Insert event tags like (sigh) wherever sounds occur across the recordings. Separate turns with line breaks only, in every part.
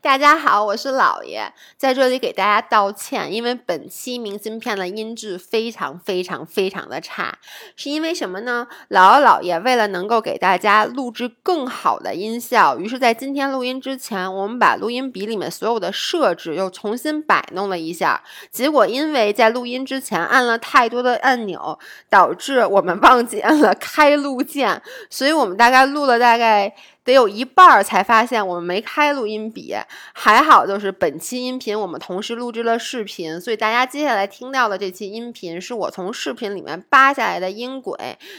大家好，我是老爷，在这里给大家道歉，因为本期明信片的音质非常非常非常的差，是因为什么呢？姥姥姥爷为了能够给大家录制更好的音效，于是，在今天录音之前，我们把录音笔里面所有的设置又重新摆弄了一下，结果因为在录音之前按了太多的按钮，导致我们忘记按了开录键，所以我们大概录了大概得有一半儿才发现我们没开录音笔。还好就是本期音频我们同时录制了视频，所以大家接下来听到的这期音频是我从视频里面扒下来的音轨，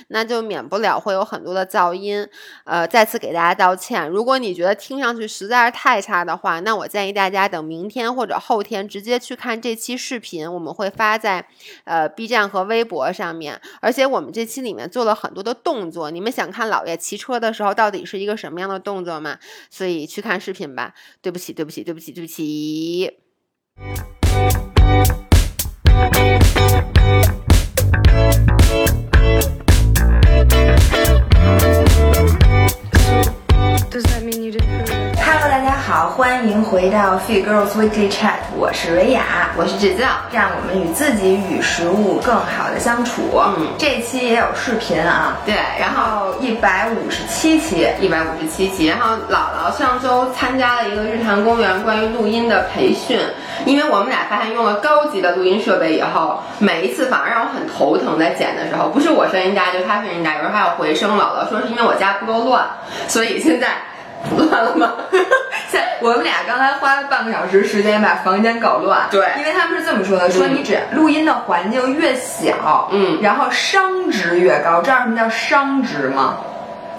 那就免不了会有很多的噪音。呃，再次给大家道歉。如果你觉得听上去实在是太差的话，那我建议大家等明天或者后天直接去看这期视频，我们会发在呃 B 站和微博上面。而且我们这期里面做了很多的动作，你们想看姥爷骑车的时候到底是一个什么样的动作吗？所以去看视频吧。对不起，对不起，对不起，对不起。
Does that mean you didn't prove it?
Hello，大家好，欢迎回到 Fit Girls Weekly Chat，我是维雅，
我是指教，
让我们与自己与食物更好的相处。
嗯
这期也有视频啊，
对，然
然
后
后一百五十七期，
一百五十七集，然后姥姥上周参加了一个日坛公园关于录音的培训，因为我们俩发现用了高级的录音设备以后，每一次反而让我很头疼，在剪的时候，不是我声音大，就是他声音大，有时候还有回声。姥姥说是因为我家不够乱，所以现在乱了吗？ (laughs)
现我们俩刚才花了半个小时时间把房间搞乱，
对
因为他们是这么说的，说你只录音的环境越小，
嗯
然后商值越高，知道什么叫商值吗？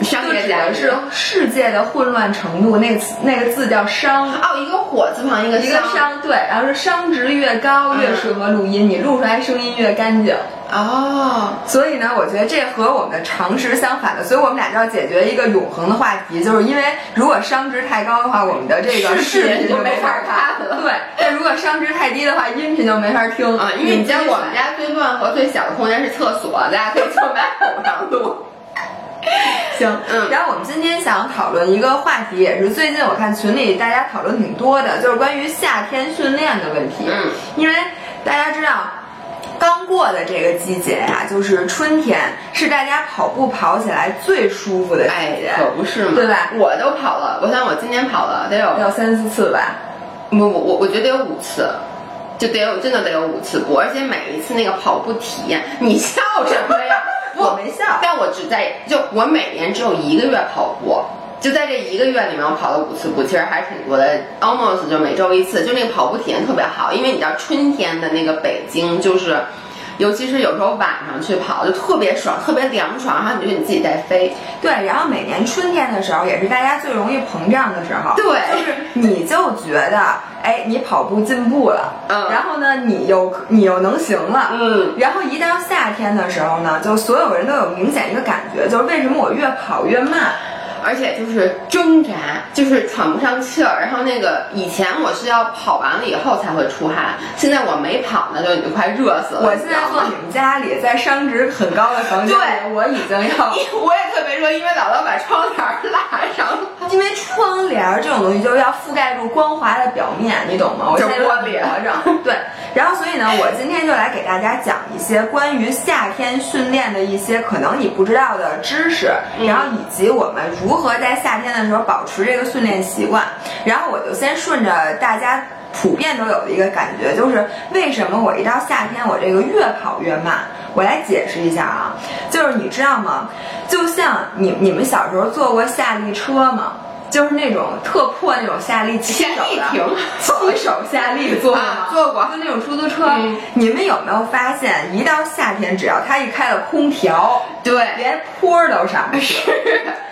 商
就
业
指
价
的
值
是世界的混乱程度，那个词那个字叫商。
哦，一个火字旁一个
一个商对，然后是商值越
嗯
高越适合录音，你录出来声音越干净。
哦，
所以呢，我觉得这和我们的常识相反的，所以我们俩就要解决一个永恒的话题，就是因为如果商值太高的话，我们的这个
视
视
频
频
就
就
没
没
法
法
看
看
了
对，但如果商值太低的话，音频就没法听
啊，因为你
你
家
像
我们家最乱和最小的空间是厕所，大家可以坐马桶上录。
(laughs) 行，
嗯
然后我们今天想讨论一个话题，也是最近我看群里大家讨论挺多的，就是关于夏天训练的问题。
嗯，
因为大家知道。刚过的这个季节呀、就是春天，是大家跑步跑起来最舒服的季
(laughs) 哎
节，，
可不是嘛，
对吧
我都跑了，我想我今年跑了得有，
要三四次吧。？
我我我我觉得得有五次，就得有真的得有五次过，而且每一次那个跑步体验，你笑什么 (laughs) 呀
我没笑
但我只在就我每年只有一个月跑步。就在这一个月里面，我跑了五次步，其实还是挺多的，almost 就每周一次。就那个跑步体验特别好，因为你知道春天的那个北京就是，尤其是有时候晚上去跑，就特别爽，特别凉爽，然后你就觉得你自己在飞。
对，然后每年春天的时候，也是大家最容易膨胀的时 (laughs) 候。
对
就是你就觉得，哎，你跑步进步了，
嗯
然后呢，你又你又能行了，
嗯，
然后一到夏天的时候呢，就所有人都有明显一个感觉，就是为什么我越跑越慢？
而且就是挣扎，就是喘不上气儿。然后那个以前我是要跑完了以后才会出汗，现在我没跑呢，就已经快热死了。
我现在坐你们家里，在商值很高的房间里，
对
我已经要
你知道吗我也特别热，因为姥姥把窗帘儿拉上
(laughs)
了。
因为窗帘儿这种东西就是要覆盖住光滑的表面，你懂吗？我
就
现在就啊
玻璃
(laughs) 活着。对，然后所以呢，我今天就来给大家讲一些关于夏天训练的一些可能你不知道的知识，然后以及我们如何在夏天的时候保持这个训练习惯。然后我就先顺着大家。普遍都有的一个感觉，就是为什么我一到夏天，我这个越跑越慢？我来解释一下啊，就是你知道吗？就像你你们小时候坐过夏利车吗？就是那种特破那种夏利骑手的，
夏利亭
骑手夏利坐过吗
啊？坐过
就那种出租车。
嗯
你们有没有发现，一到夏天，只要它一开了空调，
对
连坡儿都上不去。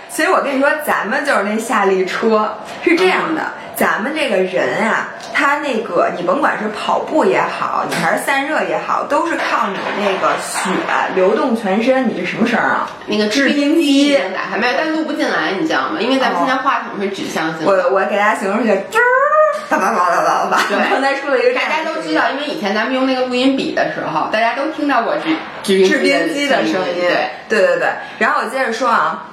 所以我跟你说，咱们就是那夏利车是这样的。咱们这个人啊，他那个你甭管是跑步也好，你还是散热也好，都是靠你那个血流动全身。你是什么声儿啊？
那个制
冰
机已
机哦
经打开没有？但录不进来，你知道吗？因为咱们现在话筒是指向性
我
的。
我给大家形容一下，吱儿哒哒哒哒哒哒，
对
刚才出了一个这
大
样
家
的
都
声
知
音
道，因为以前咱们用那个录音笔的时候，大家都
(laughs)
听到过制
制冰机的声音，
对，
对对对。然后我接着说啊，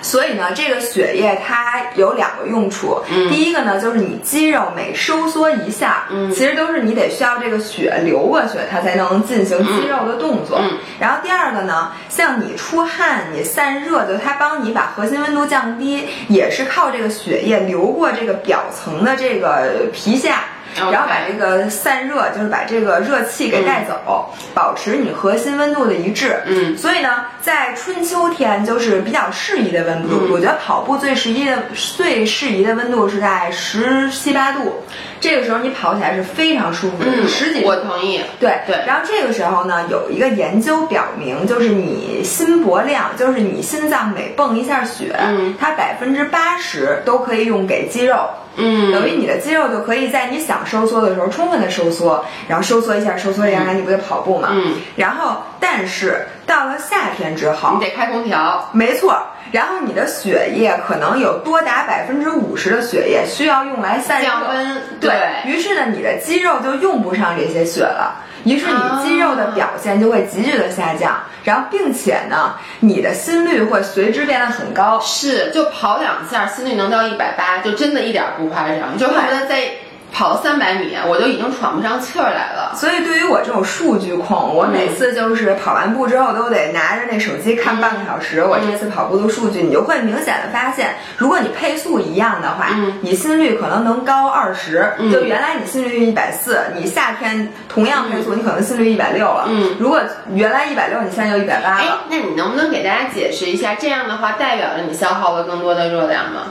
所以呢，这个血液它有两个用处。第一个呢，就是你肌肉每收缩一下，其实都是你得需要这个血流过去，它才能进行肌肉的动作。然后第二个呢，像你出汗、你散热，就它帮你把核心温度降低，也是靠这个血液流过这个表层的这个皮下。
OK
然后把这个散热，就是把这个热气给带走，保持你核心温度的一致。
嗯
所以呢，在春秋天就是比较适宜的温度。
嗯
我觉得跑步最适宜的、最适宜的温度是在十七八度，这个时候你跑起来是非常舒服的，嗯十
嗯
几
我同意。
对
对
然后这个时候呢，有一个研究表明，就是你心搏量，就是你心脏每泵一下血，
嗯
它百分之八十都可以用给肌肉。
嗯
等于你的肌肉就可以在你想收缩的时候充分的收缩，然后收缩一下，收缩一下，然后你不就跑步嘛？
嗯。
然后，但是到了夏天之
你
后，
得开空调。
没错，然后你的血液可能有多达百分之五十的血液需要用来散热
降温
对
对
于是呢，你的肌肉就用不上这些血了。于是你肌肉的表现就会急剧的下降，然后并且呢，你的心率会随之变得很高。
是，就跑两下，心率能到一百八，就真的一点儿不夸张。你就恨不得再跑三百米，我就已经喘不上气儿来了。
所以对于我这种数据控，我
嗯
每次就是跑完步之后都得拿着那手机看半个小时，我
嗯
这次跑步的数据，你就会明显的发现，如果你配速一样的话，
嗯
你心率可能能高二十、就原来你心率一百四，你夏天同样配速，你可能心率一百六了，
嗯
如果原来一百六，你现在就一百八
哎
了。，
那你能不能给大家解释一下，这样的话代表着你消耗了更多的热量吗？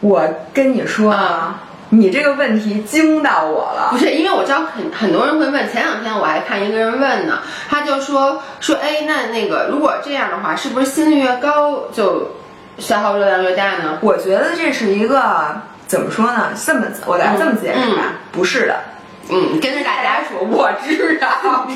我跟你说啊，你这个问题惊到我了
不。是，因为我知道很很多人会问，前两天我还看一个人问呢，他就说说，哎，那那个如果这样的话，是不是心率越高就消耗热量越大呢？
我觉得这是一个怎么说呢？这么我来这么解释吧，
嗯
不是的。
嗯，跟着大家说，我知道，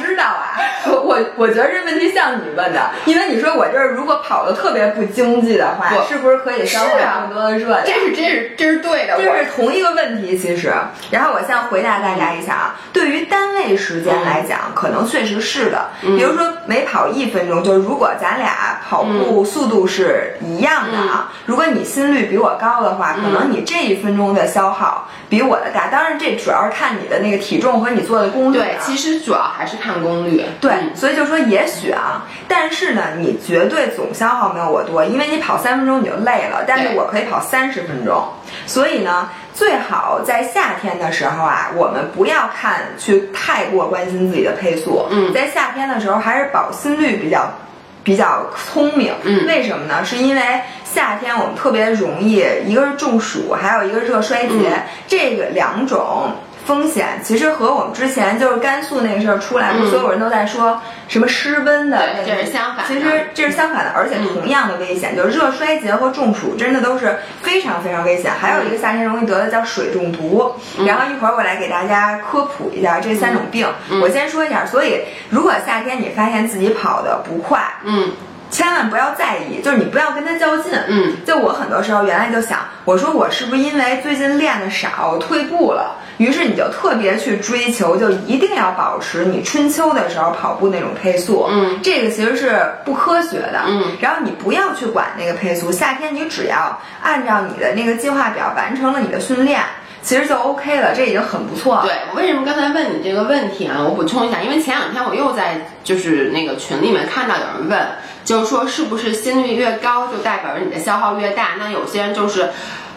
知道啊， (laughs) 我我我觉得这问题像你问的，因为你说我这儿如果跑的特别不经济的话
我，
是不是可以消耗
是啊
更多的热量？
这是这是这是对的，
这
我
是同一个问题，其实。然后我先回答大家一下啊，对于单位时间来讲，可能确实是的。比如说每跑一分钟，就是如果咱俩跑步速度是一样的啊，如果你心率比我高的话，可能你这一分钟的消耗比我的大。当然，这主要是看你的那个体重和你做的功率啊。
对，其实主要还是看功率。
对，
嗯
所以就说也许啊，但是呢，你绝对总消耗没有我多，因为你跑三分钟你就累了，但是
对
我可以跑三十分钟。所以呢，最好在夏天的时候啊，我们不要看去太过关心自己的配速。
嗯
在夏天的时候还是保心率比较。比较聪明，
嗯
为什么呢？是因为夏天我们特别容易，一个是中暑，还有一个热衰竭，
嗯
这个两种风险其实和我们之前就是甘肃那个事儿出来，不是所有人都在说什么失温的
嗯对
那个
这是相反的嗯
其实这是相反的，而且同样的危险，就是热衰竭和中暑真的都是非常非常危险。还有一个夏天容易得的叫水中毒，
嗯
然后一会儿我来给大家科普一下这三种病。
嗯
我先说一下，所以如果夏天你发现自己跑得不快，
嗯
千万不要在意，就是你不要跟他较劲。
嗯，
就我很多时候原来就想，我说我是不是因为最近练的少退步了？于是你就特别去追求，就一定要保持你春秋的时候跑步那种配速。
嗯，
这个其实是不科学的。
嗯，
然后你不要去管那个配速，夏天你只要按照你的那个计划表完成了你的训练，其实就 OK 了，这已经很不错了。
对，我为什么刚才问你这个问题啊？我补充一下，因为前两天我又在就是那个群里面看到有人问，就是说是不是心率越高就代表着你的消耗越大？那有些人就是。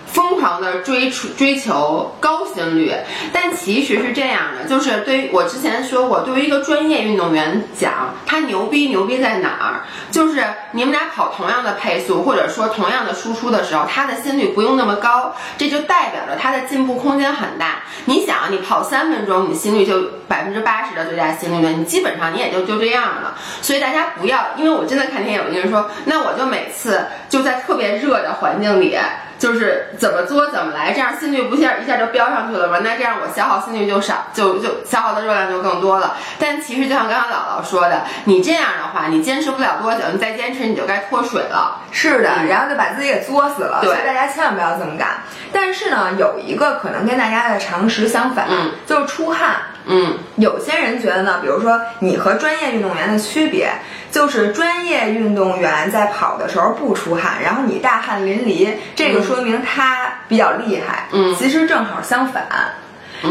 疯狂的追出追求高心率，但其实是这样的，就是对于我之前说过，对于一个专业运动员讲，他牛逼牛逼在哪儿？就是你们俩跑同样的配速，或者说同样的输出的时候，他的心率不用那么高，这就代表着他的进步空间很大。你想，你跑三分钟，你心率就百分之八十的最佳心率了，你基本上你也就就这样了。所以大家不要，因为我真的看见有一个人说，那我就每次就在特别热的环境里。就是怎么作怎么来，这样心率不下一下就飙上去了吗？那这样我消耗心率就少，就就消耗的热量就更多了。但其实就像刚刚姥姥说的，你这样的话，你坚持不了多久，你再坚持你就该脱水了。
是的，
嗯
然后就把自己给作死了。
对
所以大家千万不要这么干。但是呢，有一个可能跟大家的常识相反，啊
嗯
就是出汗。
嗯，
有些人觉得呢，比如说你和专业运动员的区别，就是专业运动员在跑的时候不出汗，然后你大汗淋漓，这个说明他比较厉害。
嗯
其实正好相反。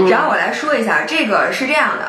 然后我来说一下，这个是这样的。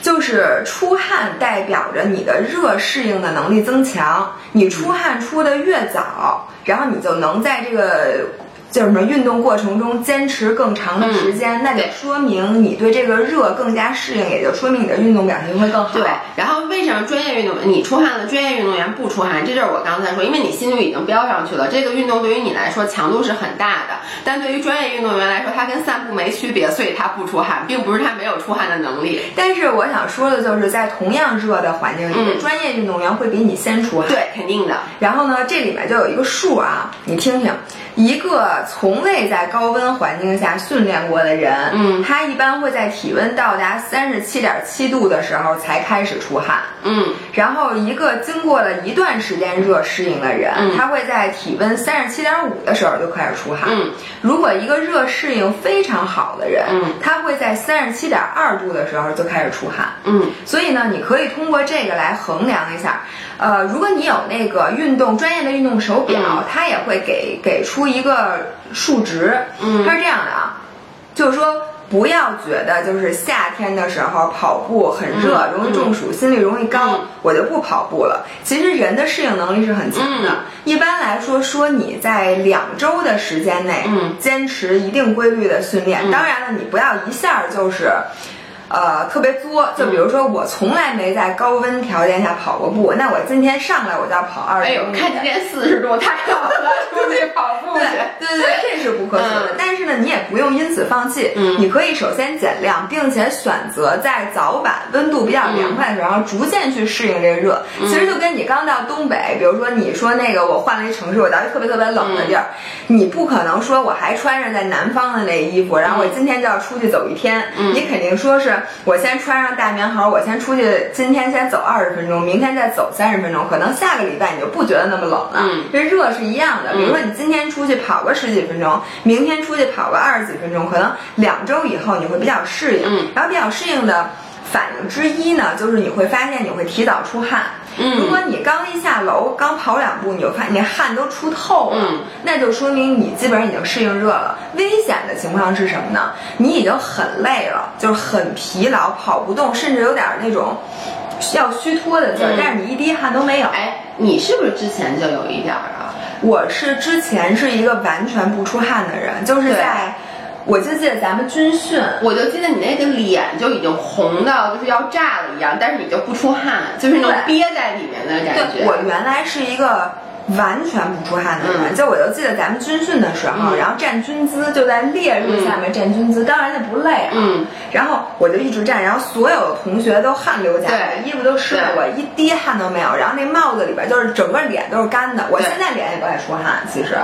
就是出汗代表着你的热适应的能力增强，你出汗出的越早，然后你就能在这个叫什么运动过程中坚持更长的时间，那就
嗯对
说明你对这个热更加适应，也就说明你的运动表现会更好。
对，然后为什么专业运动你出汗了，专业运动员不出汗？这就是我刚才说，因为你心率已经飙上去了，这个运动对于你来说强度是很大的，但对于专业运动员来说，他跟散步没区别，所以他不出汗，并不是他没有出汗的能力。
但是我想说的就是，在同样热的环境里，
嗯
专业运动员会比你先出汗。
对，肯定的。
然后呢，这里面就有一个数啊，你听听，一个从未在高温环境下训练过的人，
嗯
他一般会在体温到达三十七点七度的时候才开始出汗。
嗯
然后，一个经过了一段时间热适应的人，
嗯
他会在体温三十七点五的时候就开始出汗。
嗯
如果一个热适应非常好的人，
嗯
他会在三十七点二度的时候就开始出汗。
嗯
所以呢，你可以通过这个来衡量一下。呃，如果你有那个运动专业的运动手表，
嗯
它也会给给出一个数值。
嗯
它是这样的啊，就是说不要觉得就是夏天的时候跑步很热，
嗯
容易中暑，心率容易高，
嗯
我就不跑步了。其实人的适应能力是很强的。
嗯
一般来说，说你在两周的时间内，
嗯
坚持一定规律的训练。
嗯
当然了，你不要一下儿就是。呃，特别作，就比
嗯
如说我从来没在高温条件下跑过步，那我今天上来我就要跑二十
哎
公
呦，
里。
看今天四十度，他跑了出去跑步
对
去。
对对，对 (laughs) 这是不可取的。
嗯
但是呢，你也不用因此放弃，
嗯
你可以首先减量，并且选择在早晚温度比较凉快的时候，然后逐渐去适应这个热。其实就跟你刚到东北，比如说你说那个我换了一城市，我到一特别特别冷的地儿，你不可能说我还穿着在南方的那衣服，然后我今天就要出去走一天，你肯定说是我先穿上大棉袄，我先出去，今天先走二十分钟，明天再走三十分钟，可能下个礼拜你就不觉得那么冷了。
嗯
这热是一样的。比如说你今天出去跑个十几分钟，明天出去跑个二十几分钟，可能两周以后你会比较适应。
嗯
然后比较适应的反应之一呢，就是你会发现你会提早出汗。
嗯
如果你刚一下楼，刚跑两步，你就发现你汗都出透了，
嗯
那就说明你基本上已经适应热了。危险的情况是什么呢？你已经很累了，就是很疲劳，跑不动，甚至有点那种要虚脱的劲儿，
嗯
但是你一滴汗都没有。
哎，你是不是之前就有一点儿啊？
我是之前是一个完全不出汗的人，就是
对
在，我就记得咱们军训，
我就记得你那个脸就已经红到就是要炸了一样，但是你就不出汗，就是那种
对
憋在里面的感觉。
我原来是一个完全不出汗的人，
嗯
就我就记得咱们军训的时候，
嗯
然后站军姿就在烈日下面站军姿，当然那不累啊。
嗯
然后我就一直站，然后所有的同学都汗流浃背，
对
衣服都湿了，
对
我一滴汗都没有。然后那帽子里边就是整个脸都是干的，我
对
现在脸也不爱出汗，其实。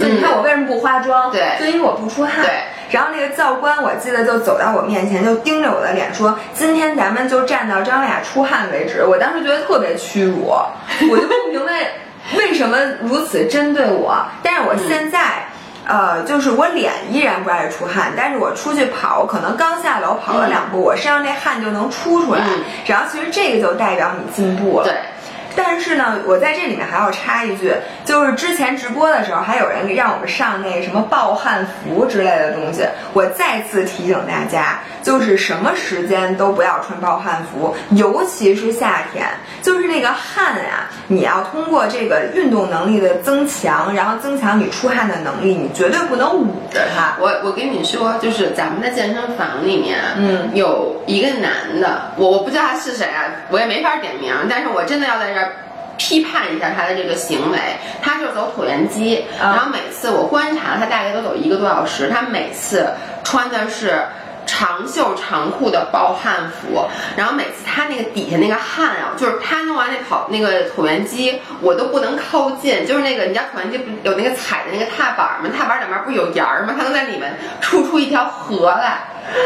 就
嗯
你看我为什么不化妆？
对
就因为我不出汗。
对
然后那个教官，我记得就走到我面前，就盯着我的脸说：“今天咱们就站到张雅出汗为止。”我当时觉得特别屈
(laughs)
辱，我就不明白为什么如此针对我。但是我现在。呃，就是我脸依然不爱出汗，但是我出去跑，可能刚下楼跑了两步，我身上那汗就能出出来。
嗯
然后其实这个就代表你进步了。
对，
但是呢，我在这里面还要插一句，就是之前直播的时候，还有人让我们上那个什么暴汗服之类的东西。我再次提醒大家，就是什么时间都不要穿暴汗服，尤其是夏天，就是那个汗啊，你要通过这个运动能力的增强，然后增强你出汗的能力，你绝对不能捂着它。
我我跟你说，就是咱们的健身房里面，啊
嗯
有一个男的，我我不知道他是谁啊，我也没法点名，但是我真的要在这儿。批判一下他的这个行为，他就是走椭圆机，
啊
然后每次我观察他大概都走一个多小时，他每次穿的是长袖长裤的暴汗服，然后每次他那个底下那个汗啊，就是他弄完那跑那个椭圆机，我都不能靠近，就是那个你知道椭圆机不是有那个踩的那个踏板吗？踏板两边不是有沿儿吗？他能在里面出出一条河来，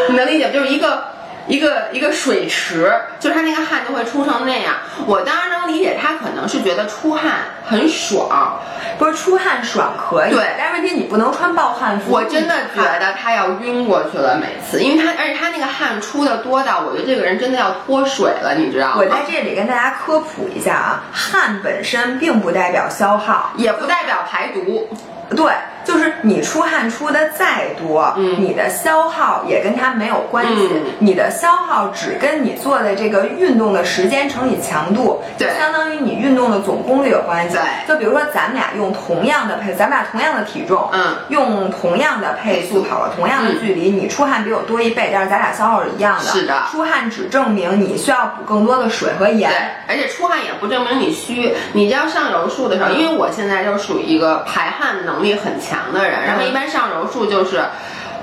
你能理解吗？就是一个。一个一个水池，就是他那个汗就会出成那样。我当然能理解他可能是觉得出汗很爽，
不是出汗爽可以，
对
但是问题你不能穿暴汗服。
我真的觉得他要晕过去了，每次，因为他而且他那个汗出的多到，我觉得这个人真的要脱水了，你知道吗？
我在这里跟大家科普一下啊，汗本身并不代表消耗，
也不代表排毒，
对，就是你出汗出的再多，
嗯
你的消耗也跟它没有关系，
嗯
你的消耗只跟你做的这个运动的时间乘以强度，
对
相当于你运动的总功率有关系。
对
就比如说咱们俩用同样的配，咱们俩同样的体重，
嗯
用同样的配速跑了同样的距离，你出汗比我多一倍，但是咱俩消耗是一样的。
是的
出汗只证明你需要补更多的水和盐
对。，而且出汗也不证明你虚。你知道上柔术的时候，
嗯
因为我现在就属于一个排汗能力很强的
嗯
人，然后一般上柔术就是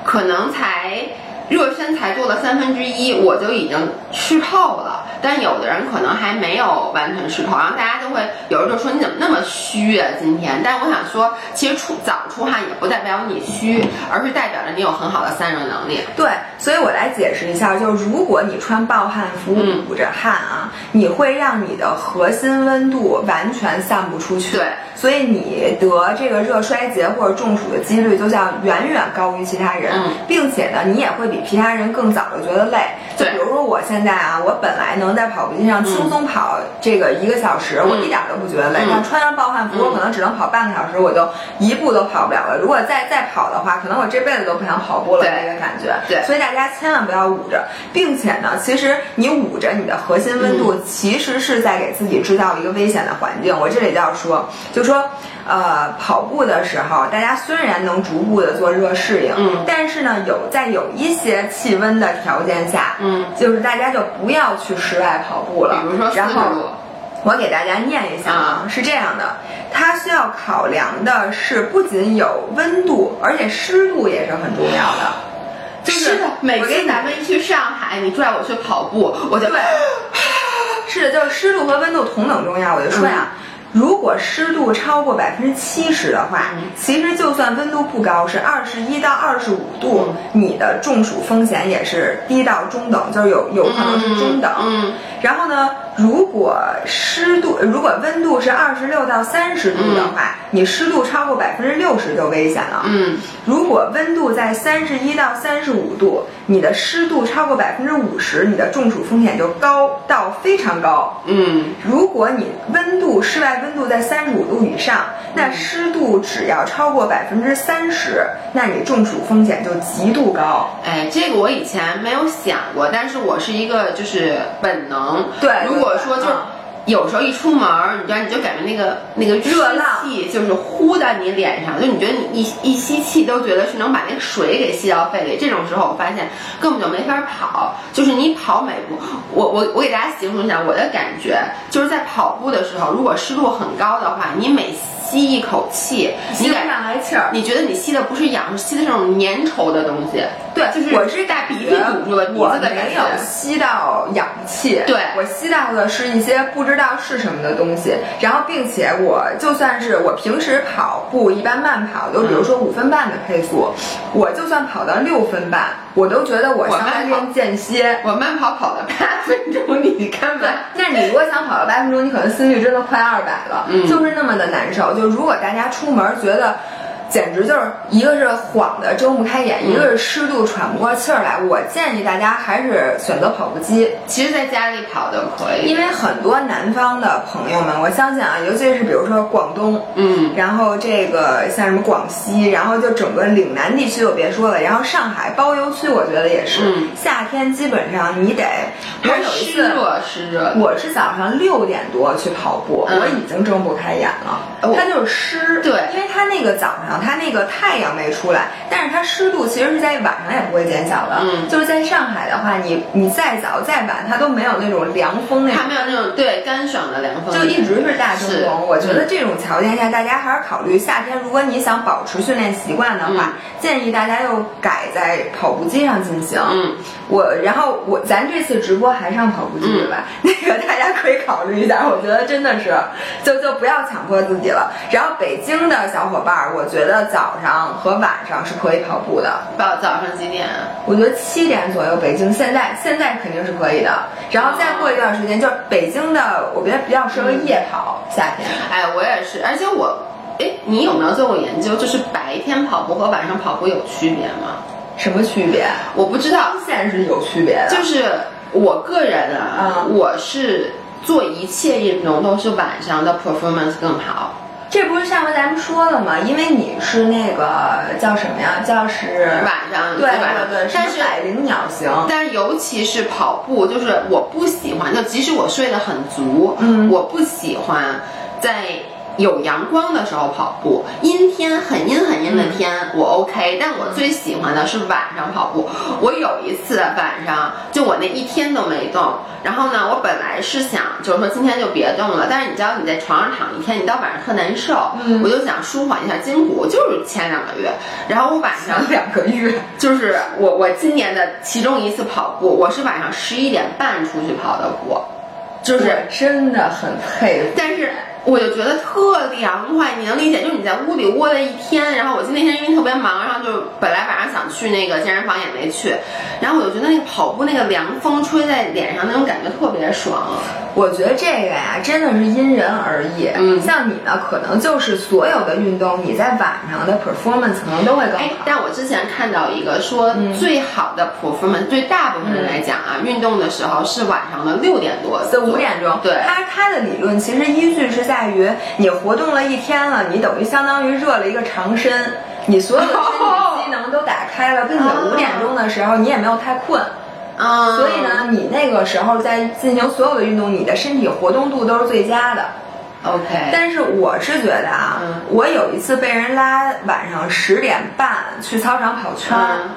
可能才。热身才做了三分之一，我就已经湿透了。但有的人可能还没有完全湿透，然后大家就会有人就说你怎么那么虚啊今天？但我想说，其实出早出汗也不代表你虚，而是代表着你有很好的散热能力。
对，所以我来解释一下，就是如果你穿暴汗服
嗯
捂着汗啊，你会让你的核心温度完全散不出去，
对，
所以你得这个热衰竭或者中暑的几率就像远远高于其他人，
嗯
并且呢，你也会比其他人更早的觉得累。就
对
比如说我现在啊，我本来能在跑步机上轻松跑这个一个小时，我
嗯
一点儿都不觉得累，
嗯
但穿上暴汗服，我
嗯
可能只能跑半个小时，我就一步都跑不了了。如果再再跑的话，可能我这辈子都不想跑步了。
对
这个感觉。
对
所以大家千万不要捂着，并且呢，其实你捂着你的核心温度，
嗯
其实是在给自己制造一个危险的环境。我这里就要说，就说。呃，跑步的时候，大家虽然能逐步的做热适应，
嗯
但是呢，有在有一些气温的条件下，
嗯
就是大家就不要去室外跑步了。
比如说四
然
十
后
度，
我给大家念一下啊，是这样的，它需要考量的是不仅有温度，而且湿度也是很重要的。就是
的，每
我给
次
你
咱们一去上海，你拽我去跑步，我就
对，是的，就是湿度和温度同等重要。我就说
嗯
呀、如果湿度超过百分之七十的话，
嗯
其实就算温度不高，是二十一到二十五度
嗯，
你的中暑风险也是低到中等，就是有有可能是中等。
嗯，
然后呢，如果湿度如果温度是二十六到三十度的话，你湿度超过百分之六十就危险了。
嗯，
如果温度在三十一到三十五度，你的湿度超过百分之五十，你的中暑风险就高到非常高。
嗯，
如果你温度室外温度在三十五度以上，那湿度只要超过百分之三十，那你中暑风险就极度高。
哎，这个我以前没有想过，但是我是一个就是本能。
对
如果说就
对
是
嗯
有时候一出门儿，你知道你就感觉那个那个
热浪
湿气就是呼到你脸上，就你觉得你一一吸气都觉得是能把那个水给吸到肺里。这种时候我发现根本就没法跑，就是你跑每步，我我我给大家形容一下我的感觉，就是在跑步的时候，如果湿度很高的话，你每吸一口气，你
吸不
感
上来气儿，
你觉得你吸的不是氧，是吸的这种粘稠的东西。
对，
就是
我是
大鼻涕堵住了鼻
我
子的感觉
没有吸到氧气，
对
我吸到的是一些不知道是什么的东西。然后，并且我就算是我平时跑步，一般慢跑，就比如说五分半的配速，我就算跑到六分半，我都觉得我
我
上半
慢跑
身间歇。
我慢跑跑了八分钟，你根
对
本，
那你如果想跑到八分钟，你可能心率真的快二百了，
嗯
就是那么的难受。就如果大家出门觉得。简直就是一个是晃的睁不开眼，一个
嗯
是湿度喘不过气儿来。我建议大家还是选择跑步机，
其实在家里跑就可以。
因为很多南方的朋友们，我相信啊，尤其是比如说广东，
嗯，
然后这个像什么广西，然后就整个岭南地区就别说了，然后上海包邮区，我觉得也是，
嗯
夏天基本上你得，我有一
湿
次
热湿热。
我是早上六点多去跑步，
嗯
我已经睁不开眼了。
我
它就是湿，
对
因为它那个早上它那个太阳没出来，但是它湿度其实是在晚上也不会减小的。
嗯
就是在上海的话，你你再早再晚，它都没有那种凉风那种
它。没有那种对干爽的凉风，
就一直是大中
是嗯
风，我觉得这种条件下，大家还是考虑夏天。如果你想保持训练习惯的
嗯
话，建议大家又改在跑步机上进行。
嗯，
我然后我咱这次直播还上跑步机对吧？ (laughs) 那个大家可以考虑一下，我觉得真的是，就就不要强迫自己了。然后北京的小伙伴儿，我觉得早上和晚上是可以跑步的。
早早上几点啊？
我觉得七点左右北京现在现在肯定是可以的，然后再过一段时间，就是北京的，我觉得比较适合夜跑，夏天。
哎，我也是，而且我，哎，你有没有做过研究？就是白天跑步和晚上跑步有区别吗？
什么区别？
我不知道，
光线是有区别的，
就是我个人啊，
嗯
我是做一切运动都是晚上的 performance 更好。
这不是上回咱们说了吗？因为你是那个叫什么呀？叫是
晚上
对
对晚上
对对，
但
什
是
么百灵鸟行。
但是尤其是跑步，就是我不喜欢，就即使我睡得很足，
嗯
我不喜欢在有阳光的时候跑步，阴天很阴很阴的天、我 OK，但我最喜欢的是晚上跑步。我有一次晚上就我那一天都没动，然后呢，我本来是想就是说今天就别动了，但是你知道你在床上躺一天，你到晚上特难受，
嗯
我就想舒缓一下筋骨，就是前两个月，然后我晚上
然后两个月，
就是我我今年的其中一次跑步，我是晚上十一点半出去跑的步，就，
就是真的很佩服。
但是我就觉得特凉快，你能理解？就是你在屋里窝了一天，然后我今天那天因为特别忙，然后就本来晚上想去那个健身房也没去，然后我就觉得那个跑步那个凉风吹在脸上那种感觉特别爽，
我觉得这个呀，真的是因人而异。
嗯
像你呢，可能就是所有的运动，你在晚上的 performance 可能都会更
哎，
好。
但我之前看到一个说
嗯
最好的 performance，、对大部分人来讲啊，运动的时候是晚上的六点多，
四五点钟，
对
它它的理论其实依据是在于你活动了一天了，你等于相当于热了一个长身，你所有的身体机能都打开了，并且
哦
五点钟的时候你也没有太困，
嗯，
所以呢，你那个时候在进行所有的运动，你的身体活动度都是最佳的。
，OK，
但是我是觉得啊，
嗯
我有一次被人拉晚上十点半去操场跑圈儿。
嗯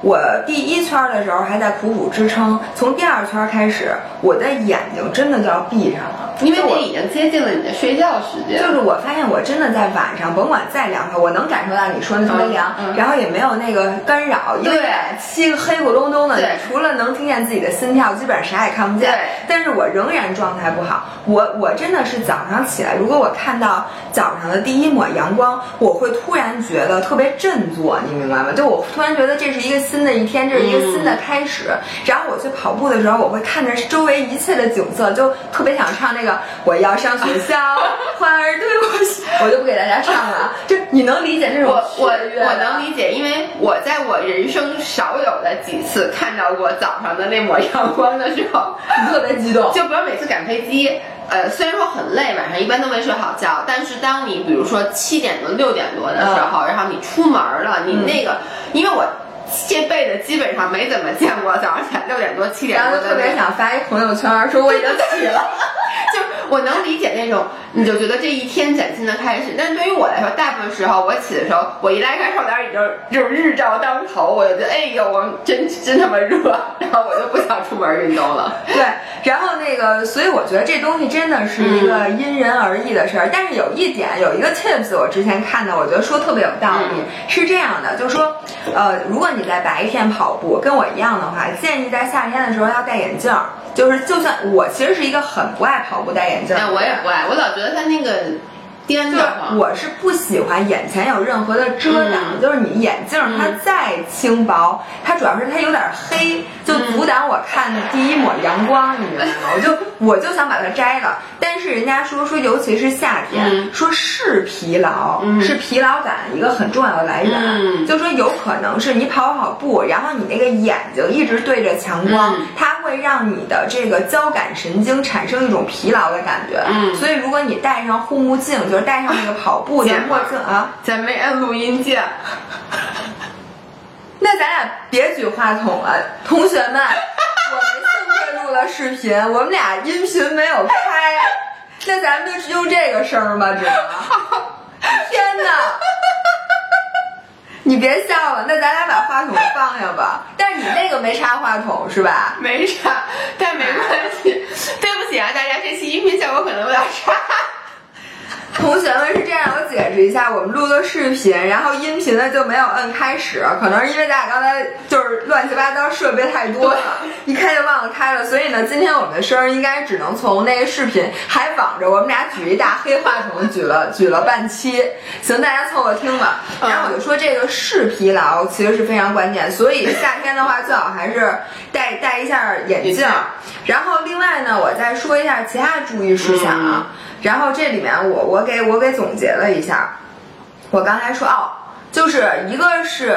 我第一圈儿的时候还在苦苦支撑，从第二圈儿开始，我的眼睛真的就要闭上了，
因为
就我
你已经接近了你的睡觉时间。
就是我发现我真的在晚上，甭管再凉快，我能感受到你说的特别凉，
嗯嗯
然后也没有那个干扰，因为
对
漆黑咕隆咚的，你
对
除了能听见自己的心跳，基本上啥也看不见
对。
但是我仍然状态不好，我我真的是早上起来，如果我看到早上的第一抹阳光，我会突然觉得特别振作，你明白吗？就我突然觉得这是一个新的一天，这是一个新的
嗯
开始。然后我去跑步的时候，我会看着周围一切的景色，就特别想唱那个我要上学
(laughs)
校，花儿对我笑，我就不给大家唱了。就你能理解这种
我我
雀跃
我能理解，因为我在我人生少有的几次看到过早上的那抹阳光的时候，
你特别激动，
就比如每次赶飞机，呃，虽然说很累，晚上一般都没睡好觉，但是当你比如说七点多、六点多的时候，然后你出门了，你那个，因为我这辈子基本上没怎么见过早上起来六点多、七点
然后
多
就
的
特别
那种
想发一朋友圈说我已经起了。
就我能理解那种，你就觉得这一天崭新的开始。但对于我来说，大部分时候我起的时候，我一拉开窗帘，已经就是日照当头，我就觉得哎呦，我真真他妈热， (laughs) 然后我就不想出门运动了。
(laughs) 对，然后那个，所以我觉得这东西真的是一
嗯
个因人而异的事儿。但是有一点，有一个 tips，我之前看的，我觉得说特别有道
嗯
理，是这样的，就是说，呃，如果你在白天跑步，跟我一样的话，建议在夏天的时候要戴眼镜儿。就是，就算我其实是一个很不爱跑步戴眼镜儿的
哎，
人，
我也不爱，我老觉得它那个颠
就
的
是
慌。
我是不喜欢眼前有任何的遮挡，
嗯
就是你眼镜儿它再轻薄，它主要是它有点黑，就阻
嗯
挡我看第一抹阳光，你明白吗？我
(laughs)
就我就想把它摘了，但是人家说说，尤其是夏天，
嗯
说是疲劳，
嗯
是疲劳感一个很重要的来源，
嗯
就说有可能是你跑跑步，然后你那个眼睛一直对着强光，
嗯
它会让你的这个交感神经产生一种疲劳的感觉，
嗯
所以如果你戴上护目镜，就是戴上那个跑步的
见
墨
过
镜啊，
咱没按录音键，
那咱俩别举话筒了，同学们，我们幸亏录了视频，我们俩音频没有开，那咱们就用这个声儿吧，只能。天哪！你别笑了，那咱俩把话筒放下吧。但是你那个没插话筒是吧？
没啥， (laughs) 啊但没关系。对不起啊，大家这期音频效果可能有点差。
(laughs) 同学们是这样，我解释一下，我们录的视频，然后音频呢就没有摁开始，可能是因为咱俩刚才就是乱七八糟设备太多了，一开就忘了开了，所以呢，今天我们的声儿应该只能从那个视频，还绑着我们俩举一大黑话筒举了举了半期，行，大家凑合听吧。然后我就说这个视疲劳其实是非常关键，所以夏天的话最好还是戴戴一下
眼
眼镜
镜。
然后另外呢，我再说一下其他注意事项
嗯
啊。然后这里面我我给我给总结了一下，我刚才说哦，就是一个是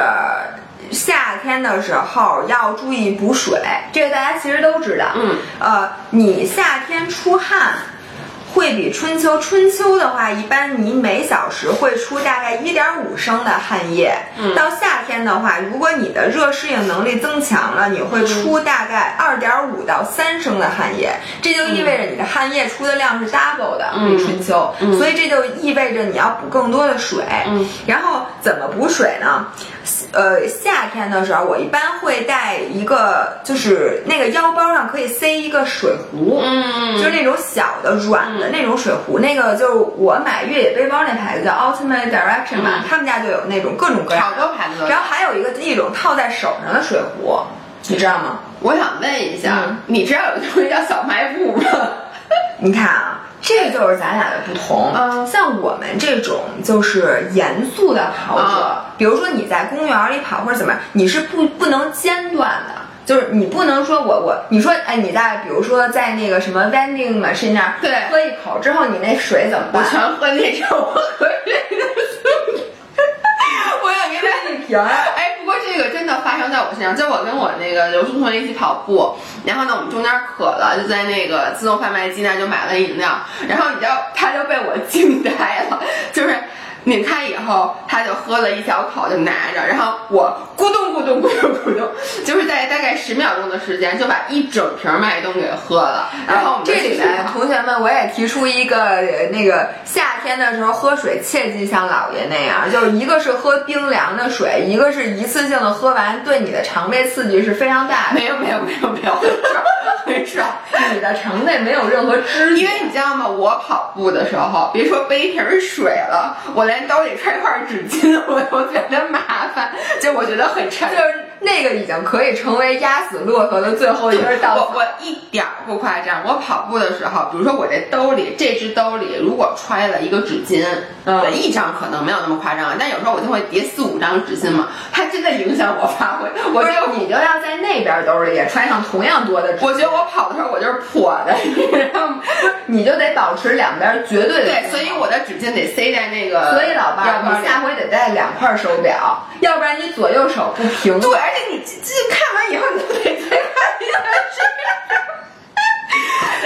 夏天的时候要注意补水，这个大家其实都知道。
嗯，
呃，你夏天出汗。会比春秋，春秋的话，一般你每小时会出大概一点五升的汗液。嗯，到夏天的话，如果你的热适应能力增强了，你会出
嗯
大概二点五到三升的汗液，这就意味着你的汗液出的量是 double 的，
嗯
比春秋。所以这就意味着你要补更多的水。
嗯，
然后怎么补水呢？呃，夏天的时候，我一般会带一个，就是那个腰包上可以塞一个水壶。
嗯
就是那种小的软的那种水壶，那个就是我买越野背包那牌子叫 Ultimate Direction
嗯
嘛，他们家就有那种各种各样
好
的。
多牌子都有
然。后还有一个一种套在手上的水壶，你知道吗？
我想问一下，
嗯
你知道有东西叫小卖部 (laughs) 吗？
你看啊，这就是咱俩的不同。
嗯
像我们这种就是严肃的跑者，
啊
比如说你在公园里跑或者怎么样，你是不不能间断的。就是你不能说我我你说哎你在比如说在那个什么 vending machine 那儿
对
喝一口之后你那水怎么
我
办？
全喝那种，我喝这个。我想跟大家
一瓶啊
哎，不过这个真的发生在我身上，就我跟我那个留宿同学一起跑步，然后呢，我们中间渴了，就在那个自动贩卖机那儿就买了饮料，然后你知道他就被我惊呆了，就是。拧开以后，他就喝了一小口，就拿着，然后我咕咚咕咚咕咚咕咚，就是在大概十秒钟的时间，就把一整瓶麦冬给喝了。然后我们就
这里
去
面
跑
同学们，我也提出一个呃那个夏天的时候喝水切记像姥爷那样，就是一个是喝冰凉的水，一个是一次性的喝完，对你的肠胃刺激是非常大的，
(laughs) 没有没有没有没有，没事儿，
你的肠内没有任何知
因
觉。
为你知道吗？我跑步的时候，别说背一瓶水了，我连兜里揣一块纸巾， (laughs) 我都觉得麻烦，就我觉得很沉
就。是那个已经可以成为压死骆驼的最后一根稻
我
草。
我一点儿不夸张，我跑步的时候，比如说我这兜里这只兜里如果揣了一个纸巾，
嗯
一张可能没有那么夸张，但有时候我就会叠四五张纸巾嘛，它真的影响我发挥。我
不是
觉得，
你就要在那边兜里也揣上同样多的纸巾，
我觉得我跑的时候我就是破的，你知道吗？
你就得保持两边绝对的
对，
平衡
所以我的纸巾得塞在那个，
所以老伴
腰包
儿，
里
你下回得带两块手表，要不然你左右手不平衡。
对，而且你这这看完以后，你就得再看一下这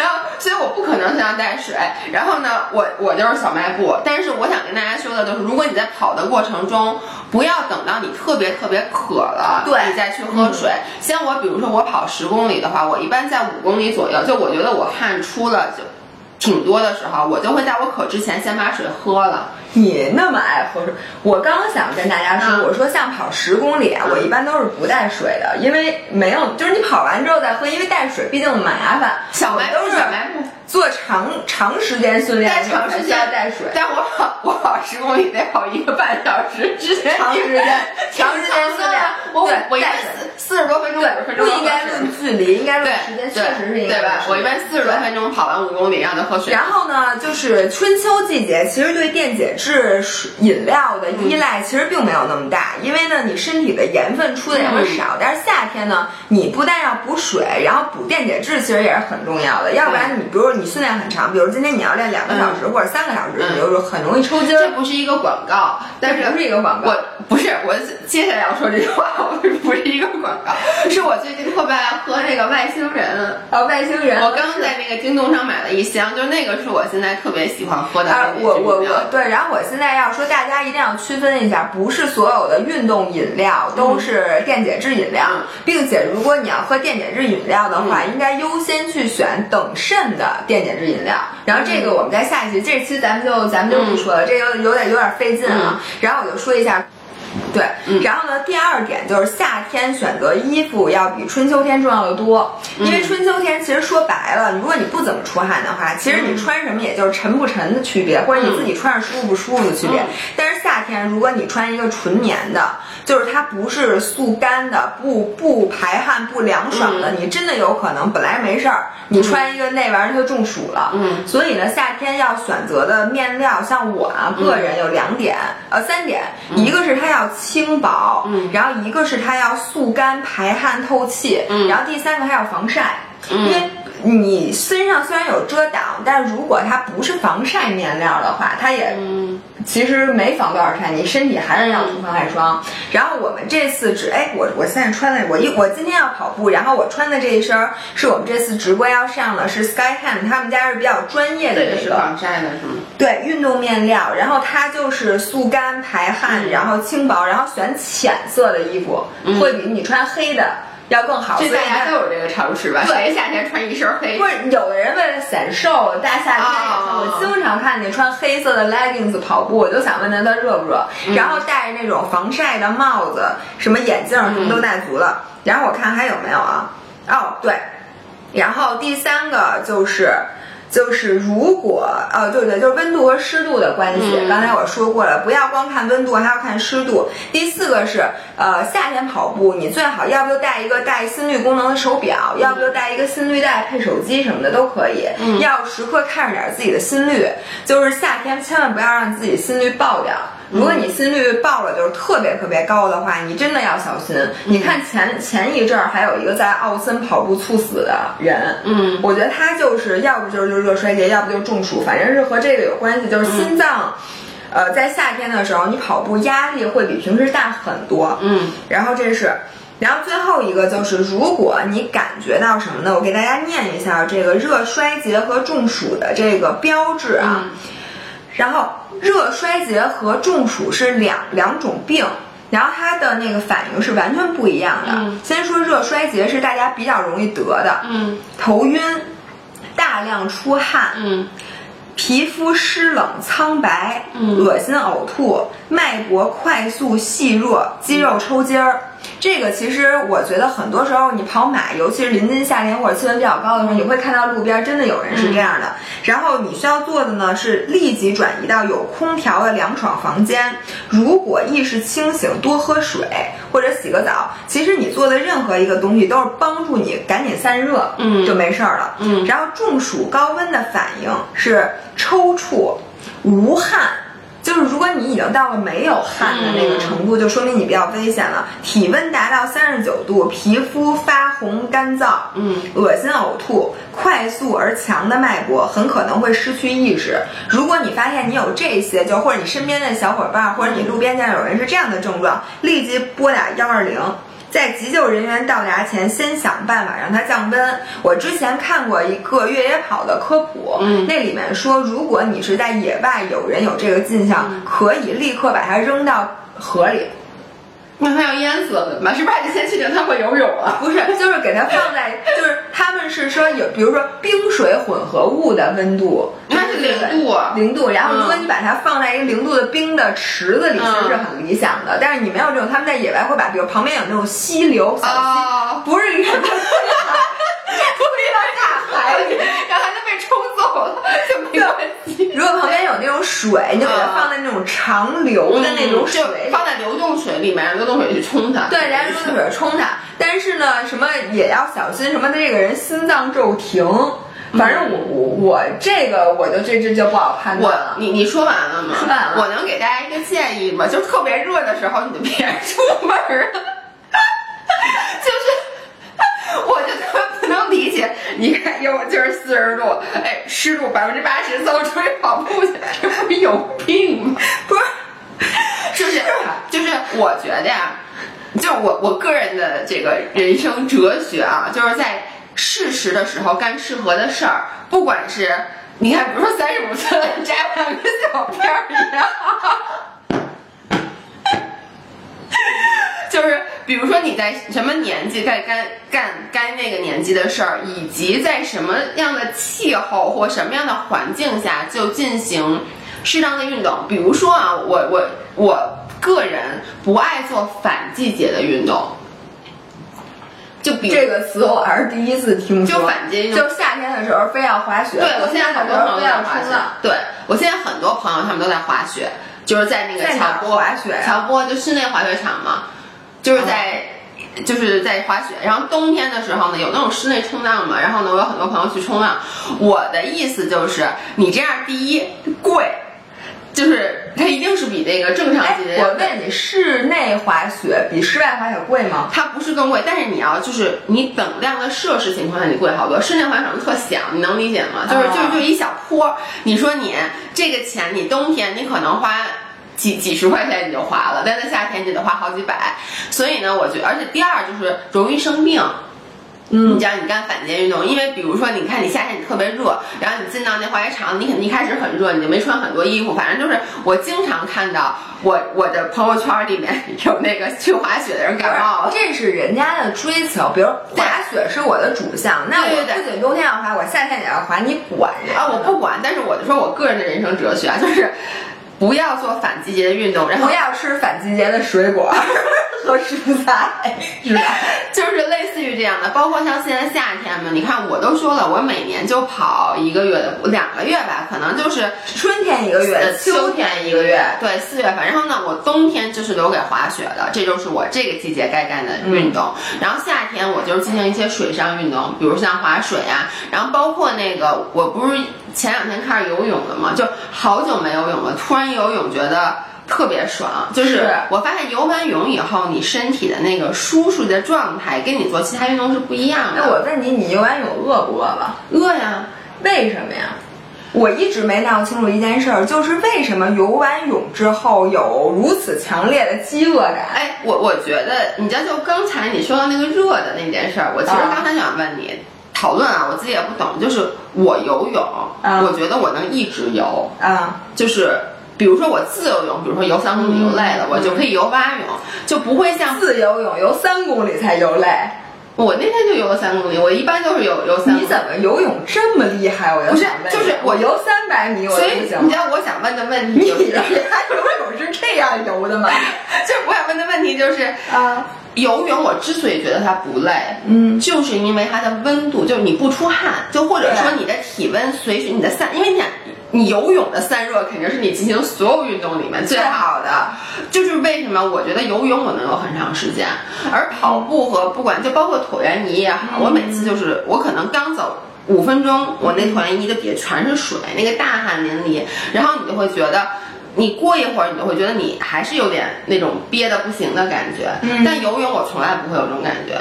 然后，所以我不可能身上带水。然后呢，我我就是小卖部。但是我想跟大家说的就是，如果你在跑的过程中，不要等到你特别特别渴了，
对嗯
你再去喝水。像我，比如说我跑十公里的话，我一般在五公里左右，就我觉得我汗出了就挺多的时候，我就会在我渴之前先把水喝了。
你那么爱喝水，我刚想跟大家说，
嗯
我说像跑十公里啊，我一般都是不带水的，因为没有，就是你跑完之后再喝，因为带水毕竟麻烦。
小卖
我都
部，
是
小卖部。
做长长时间训练的
在
时候
长时
才需要
间
带水。
但我跑我跑十公里得跑一个半小时之前，
长时间长时间训练
我我
对
我一般
带水
四四十多分钟，五十分
对，
钟
不应该
喝水
论距离，应该论
对
时间，确
对
实是应该
对
论
吧？
时间
我一般四十多分钟跑完五公里，然后就喝水
然。后呢，就是春秋季节，其实对电解质水饮料的依
嗯
赖其实并没有那么大，因为呢，你身体的盐分出的也
嗯
会少。但是夏天呢，你不但要补水，然后补电解质，其实也是很重要的。要不然你，比如你训练很长，比如今天你要练两个小时或者三个小时，
嗯
你就是很容易抽筋
这
儿。
不是一个广告，但
这
是
不是一个广告
我不是我接下来要说这句话，我不是一个广告，是我最近特别爱喝那个外星人。
呃，外星人，
我刚在那个京东上买了一箱，就那个是我现在特别喜欢喝的
啊
那，个饮料。
我我我对，然后我现在要说，大家一定要区分一下，不是所有的运动饮料都是电解质饮料，
嗯
并且如果你要喝电解质饮料的话，应该优先去选等渗的电解质饮料。然后这个我们在下一期，这期咱们就咱们就不说了，这有有点有点费劲啊。然后我就说一下。对，然后呢，第二点就是夏天选择衣服要比春秋天重要的多，因为春秋天其实说白了，如果你不怎么出汗的话，其实你穿什么也就是沉不沉的区别，或者你自己穿着舒服不舒服的区别。但是夏天，如果你穿一个纯棉的，就是它不是速干的，不不排汗不凉爽
嗯
的，你真的有可能本来没事儿，你穿一个那玩意儿就中暑了。
嗯，
所以呢，夏天要选择的面料，像我啊，个人有两点，呃，三点，一个是它要轻薄，
嗯
然后一个是它要速干排汗透气，
嗯
然后第三个还要防晒，
嗯
因为。你身上虽然有遮挡，但如果它不是防晒面料的话，它也
嗯
其实没防多少晒，你身体还是要涂防晒霜。然后我们这次只哎，我我现在穿的我一我今天要跑步，然后我穿的这一身儿是我们这次直播要上的，是 Sky Ham 他们家是比较专业的
这个
这
是
个
防晒的是吗？
对运动面料，然后它就是速干排
嗯
汗，然后轻薄，然后选浅色的衣服、会比你穿黑的要更好。
这
所以
大家
它
都有这个常识吧？
对
谁夏天穿一身黑
不？是有的人为了显瘦，大夏天也穿。
哦
我经常看见穿黑色的 leggings 跑步，我就想问他他热不热，然后戴那种防晒的帽子，什么眼镜儿什么都戴足了。然后我看还有没有啊？哦，对，然后第三个就是。就是如果呃，对对，就是温度和湿度的关系。
嗯
刚才我说过了，不要光看温度，还要看湿度。第四个是呃，夏天跑步，你最好要不就带一个带心率功能的手表，要不就带一个心率带配手机什么的都可以。要时刻看着点自己的心率，就是夏天千万不要让自己心率爆掉。如果你心率爆了，就是特别特别高的话，你真的要小
嗯
心。你看前前一阵儿还有一个在奥森跑步猝死的人，
嗯，
我觉得他就是要不就是就是热衰竭，要不就中暑，反正是和这个有关系，就是
嗯
心脏。呃，在夏天的时候，你跑步压力会比平时大很多。
嗯，
然后这是，然后最后一个就是，如果你感觉到什么呢？我给大家念一下这个热衰竭和中暑的这个标志啊。
嗯
然后热衰竭和中暑是两两种病。然后它的那个反应是完全不一样的。
嗯
先说热衰竭是大家比较容易得的，
嗯
头晕、大量出汗、
嗯
皮肤湿冷苍白、
嗯
恶心呕吐、脉搏快速细弱、肌肉抽筋儿。这个其实我觉得很多时候你跑马，尤其是临近夏天或者气温比较高的时候，你会看到路边真的有人是这样的。
嗯
然后你需要做的呢是立即转移到有空调的凉爽房间。如果意识清醒，多喝水或者洗个澡。其实你做的任何一个东西都是帮助你赶紧散热，
嗯
就没事儿了。
嗯
然后中暑高温的反应是抽搐、无汗，就是如果你已经到了没有汗的
嗯
那个程度，就说明你比较危险了。体温达到三十九度，皮肤发红干燥，
嗯，
恶心呕吐，快速而强的脉搏，很可能会失去意识。如果你发现你有这些，就或者你身边的小伙伴，或者你路边见有人是这样的症状，立即拨打幺二零。在急救人员到达前，先想办法让它降温。我之前看过一个越野跑的科普，
嗯
那里面说，如果你是在野外有人有这个迹象，可以立刻把它扔到河里，
那他要淹死了怎么办？是不是还得先确定他会游泳啊？
不是，就是给它放在，就是他们是说有，比如说冰水混合物的温度，
那是零度啊
零度。然后如果
嗯
你把它放在一个零度的冰的池子里，其实是很理想的。但是你没有这种，他们在野外会把，比如旁边有那种溪流，小溪，
哦，
不是鱼，
推到大海里， (laughs) 然后他被冲走了，就没关系。
如果旁边有那种水，你就给它放在那种长流的那种水
嗯就
里。
放在流动水里面，让流动水去冲它。
对，然后用水冲它，但是呢，什么也要小心，什么这个人心脏骤停，反正我我我这个我就这这就不好判
嗯
断
我
了。
你你说完了吗？
说完了
我能给大家一个建议吗？就特别热的时候，你就别出门儿 (laughs) 了。就是，我就特别不能理解，你看，要我今儿四十度，哎，湿度百分之八十，走出去跑步去，这不是有病吗？
不是，啊
就是就是，我觉得呀，就是我我个人的这个人生哲学啊，就是在适时的时候干适合的事儿，不管是你看，比如说三十五岁了，你扎两个小辫儿一样。就是比如说你在什么年纪在干干干那个年纪的事儿，以及在什么样的气候或什么样的环境下就进行适当的运动。比如说啊，我我我个人不爱做反季节的运动。就比
这个词我还是第一次听说。
就反季
就夏天的时候非要滑雪，
对我现在很
很多
多
时候
朋友
非
在
要
滑
冲
雪
浪。，
对我现在很多朋友他们都在滑雪，就是在那个
在哪儿
乔波
滑雪呀
乔波就室内滑雪场嘛，就是在、就是在滑雪。然后冬天的时候呢，有那种室内冲浪嘛，然后呢，我有很多朋友去冲浪。我的意思就是，你这样第一贵，就是它一定是比那个正常
哎
季，节要
我问你，室内滑雪比室外滑雪贵吗？
它不是更贵，但是你要就是你等量的设施情况下，你贵好多。室内滑雪场特小，你能理解吗？就是
啊
就是就是一小坡，你说你这个钱，你冬天你可能花。几几十块钱你就花了，但在夏天你得花好几百，所以呢，我觉得，而且第二就是容易生病。嗯，你知道你干反间运动，因为比如说，你看你夏天你特别热，然后你进到那滑雪场，你肯定一开始很热，你就没穿很多衣服，反正就是我经常看到我我的朋友圈里面有那个去滑雪的人感冒了。
这是人家的追求，比如滑雪是我的主项，那我
对对
不仅冬天要滑，我夏天也要滑，你管
(laughs)
人
啊，我不管，但是我就说我个人的人生哲学啊，就是不要做反季节的运动，然后
不要吃反季节的水果和蔬菜，是吧？
(laughs) 就是类似于这样的，包括像现在夏天嘛，你看我都说了，我每年就跑一个月的两个月吧，可能就是
春天一个
呃
月，
秋
秋
天一个月，对，四月份。然后呢，我冬天就是留给滑雪的，这就是我这个季节该干的运动。然后夏天我就是进行一些水上运动，比如像划水啊，然后包括那个我不是前两天开始游泳了嘛，就好久没游泳了，突然游泳觉得。特别爽，就是
是
我发现游完泳以后，你身体的那个舒适的状态，跟你做其他运动是不一样
那
的。
我问你，你游完泳饿不饿了？
哎饿呀，
为什么呀？我一直没闹清楚一件事儿，就是为什么游完泳之后有如此强烈的饥饿感？
哎，我我觉得，你知道，就刚才你说到那个热的那件事儿，我其实
啊
刚才想问你、讨论啊，我自己也不懂，就是我游泳，
啊
我觉得我能一直游，
啊，
就是比如说我自由泳，比如说游三公里游累了，我就可以游蛙
嗯
泳，就不会像
自由泳游三公里才游累，
我那天就游了三公里，我一般都是游游三公
你
里。
怎么游泳这么厉害？我要
不是
想问你
就是
我游三百米我
所
就
以
不行
你
了
知。道我想问的问题
(laughs) 你
就是，
以为他游泳是这样
(laughs)
游的吗？
就是我想问的问题就是，
啊，
游泳我之所以觉得它不累，
嗯
就是因为它的温度，就是你不出汗，就或者说
对
你的体温随时你的散，因为你你游泳的散热肯定是你进行所有运动里面最好的，就是为什么我觉得游泳我能游很长时间，而跑步和不管就包括椭圆仪也好，我每次就是我可能刚走。五分钟，我那椭圆仪的底下全是水，那个大汗淋漓，然后你就会觉得，你过一会儿你就会觉得你还是有点那种憋的不行的感觉。但游泳我从来不会有这种感觉，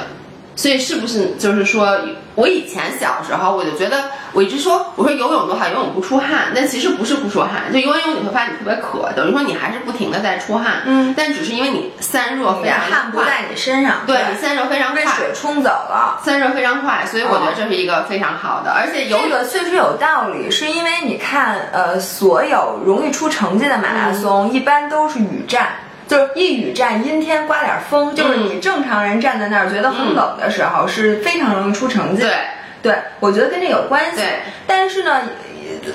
所以是不是就是说，我以前小时候我就觉得，我一直说我说游泳多好，游泳不出汗，但其实不是不出汗，就游完泳你会发现你特别渴，等于说你还是不停的在出汗，
嗯
但只是因为你散热
你
非
的
常
汗不
快
在你身上，
对你散热非常快
被，水冲走了。
散热非常快，所以我觉得这是一个非常好的，而且游
这
泳
个确实有道理，是因为你看，呃，所有容易出成绩的马
嗯
拉松，一般都是雨战，就是一雨战，阴天刮点风，就是
嗯
你正常人站在那儿觉得很冷的时候，是非常容易出成绩的。
对。
对，我觉得跟这有关系
对。
但是呢，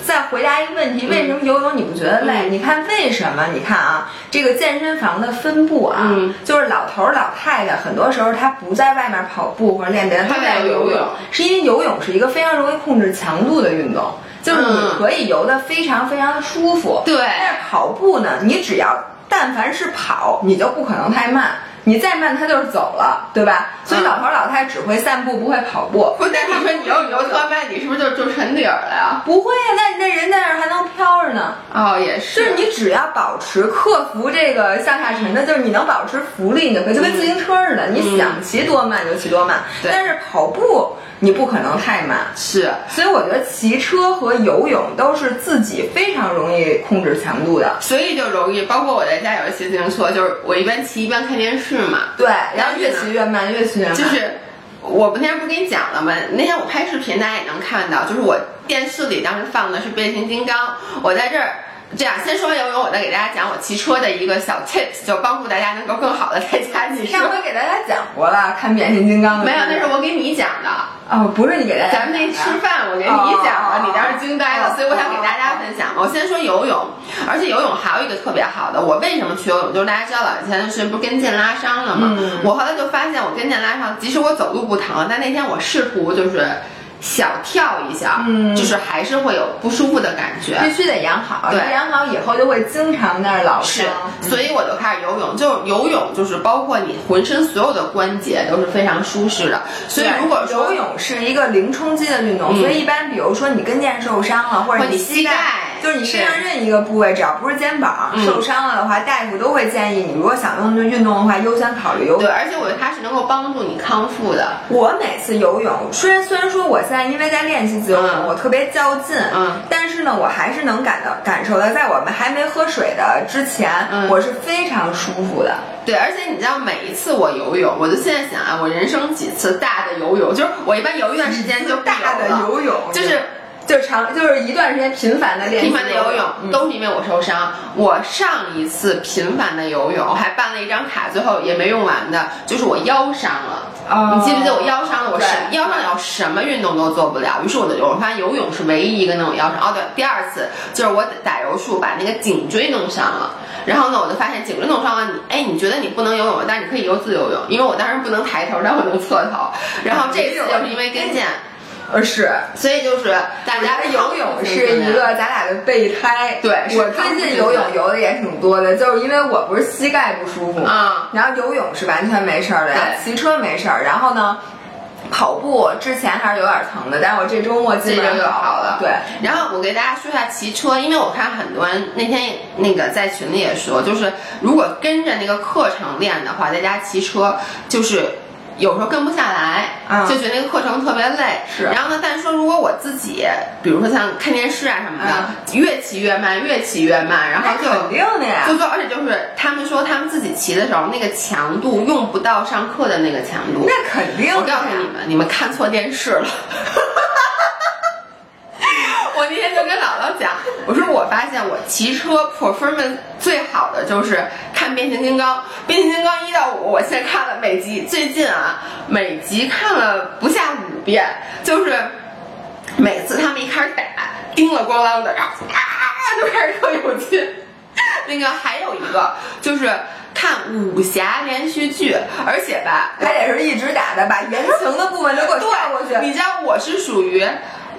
再回答一个问题，为什么游泳你不觉得累？
嗯
你看为什么？你看啊，这个健身房的分布啊，
嗯
就是老头儿老太太，很多时候他不在外面跑步或者练别的，
他在
在
游
游
泳
是因为游泳是一个非常容易控制强度的运动，就是你
嗯
可以游得非常非常的舒服。
对
但是跑步呢，你只要但凡是跑，你就不可能太慢。你再慢，它就是走了，对吧？所以
嗯
老头儿老太太只会散步，不会跑步。
不，但你说你游泳游特慢，你是不是就就沉底儿了呀？
不会啊，那那人在那儿还能飘着呢。
哦，也，
就是是你只要保持克服这个向下沉的，就是你能保持浮力，你就可以，就跟自行车似的，你想骑多慢就骑多慢。
嗯对
但是跑步你不可能太慢，
是
所以我觉得骑车和游泳都是自己非常容易控制强度的。
所以就容易，包括我在家有时候骑自行车，就是我一边骑一边看电视嘛，
对，然后越骑越慢，越骑越慢。
就是我那天不是跟你讲了吗？那天我拍视频，大家也能看到，就是我电视里当时放的是变形金刚，我在这儿。这样，先说完游泳，我再给大家讲我骑车的一个小 tips，就帮助大家能够更好的在家骑车。
上回给大家讲过了，看变形金刚的。
没有，那是我给你讲的。
哦，不是你给大
(laughs)
家
咱们
讲的，
那吃饭我给你讲了
哦，
你当时惊呆了
哦，
所以我想给大家分享。我先说游泳，而且游泳还有一个特别好的，我为什么去游泳？就是大家知道老以前段时间不是跟腱拉伤了吗？
嗯
我后来就发现我跟腱拉伤，即使我走路不疼，但那天我试图就是小跳一下，
嗯
就是还是会有不舒服的感觉。
必须得养好，
对
你养好以后就会经常那儿老
是
伤。，
所以我就开始游泳。就是游泳，就是包括你浑身所有的关节都是非常舒适的。所以
对
如果说
游泳是一个零冲击的运动，所以一般比如说你跟腱受伤了，或
嗯
者
或者你
膝
膝盖
就是你身上
是
任意一个部位，只要不是肩膀
嗯
受伤了的话，大夫都会建议你，如果想用这运动的话，优先考虑游
对，
泳。
而且我觉得它是能够帮助你康复的。
我每次游泳，虽然虽然说我现在因为在练习自由泳，
嗯
我特别较劲，
嗯，
但是呢，我还是能感到感受到，在我们还没喝水的之前，
嗯
我是非常舒服的。
对，而且你知道，每一次我游泳，我就现在想啊，我人生几次大的游泳，就是我一般游一段时间就不
大的
了
游泳
就是
就长就是一段时间频繁的练习
频繁的游泳
嗯
都是因为我受伤。我上一次频繁的游泳还办了一张卡，最后也没用完的，就是我腰伤了。
哦
你记不记得我腰伤了？我什
对
腰伤了，我什么运动都做不了。于是我的我发现游泳是唯一一个弄我腰伤。哦，对，第二次就是我打柔术把那个颈椎弄伤了。然后呢，我就发现颈椎弄伤了，你哎，你觉得你不能游泳，但是你可以游自由泳，因为我当时不能抬头，但我能侧头。然
啊
后这次就是因为跟腱，
呃是。
所以就是大
我觉
家
得游泳是一个咱俩的备胎。
对是
我最近游泳游的也挺多的，就是因为我不是膝盖不舒服
啊
然后游泳是完全没事儿的，
对
然后骑车没事儿，然后呢，跑步之前还是有点疼的，但是我这周末基
这
本
就
上
就好了。
对，
然后我给大家说一下骑车，因为我看很多人那天那个在群里也说，就是如果跟着那个课程练的话，在家骑车就是。有时候跟不下来，
嗯
就觉得那个课程特别累。
是
然后呢，但是说如果我自己，比如说像看电视啊什么的，越骑越慢，越骑越慢，然后
嗯那
就
肯定的呀
就。说，而且就是他们说他们自己骑的时候，那个强度用不到上课的那个强度。
那肯定的呀
我告诉你们，你们看错电视了。我那天就跟姥姥讲，我说我发现我骑车 performance 最好的就是看变形金刚。变形金刚一到五，我现在看了每集，最近啊每集看了不下五遍，就是每次他们一开始打，叮了咣啷的，然后啊就开始特有劲。那个还有一个就是看武侠连续剧，而且吧，
还得是一直打的，把原型的部分都给我跳过去。
你知道我是属于。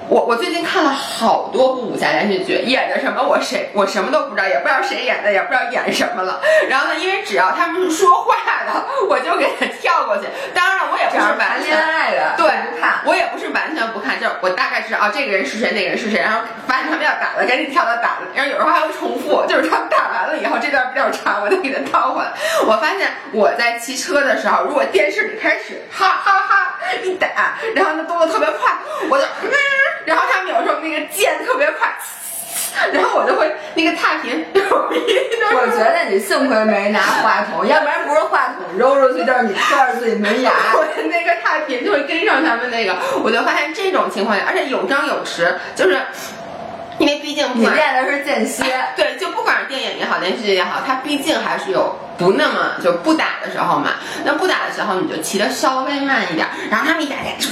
我我最近看了好多部武侠连续剧，演的什么我谁我什么都不知道，也不知道谁演的，也不知道演什么了。然后呢，因为只要他们是说话的，我就给他跳过去。当然了，我也不
只
是
要是
完
谈恋
全
爱的，
对
不看，
我也不是完全不看，就是我大概知道哦，这个人是谁，那个人是谁，然后发现他们要打了，赶紧跳到打了，然后有时候还会重复，就是他们打完了以后，这段比较长，我再给他倒回来。 (laughs) 我发现我在骑车的时候，如果电视里开始哈哈哈一打，然后那动作特别快，我就，嗯然后他们有时候那个键特别快。然后我就会那个踏 (laughs) 频，
我
我
觉得你幸亏没拿话筒，要不然不是话筒揉出去，就是你拽着自己
(laughs)
门牙。
我的那个踏频就会跟上他们那个，我就发现这种情况下，而且有张有弛，就是因为毕竟不
你
管
练的是间歇，
对，就不管是电影也好，连续剧也好，它毕竟还是有不那么就不打的时候嘛。那不打的时候，你就骑的稍微慢一点，然后他们一打架就。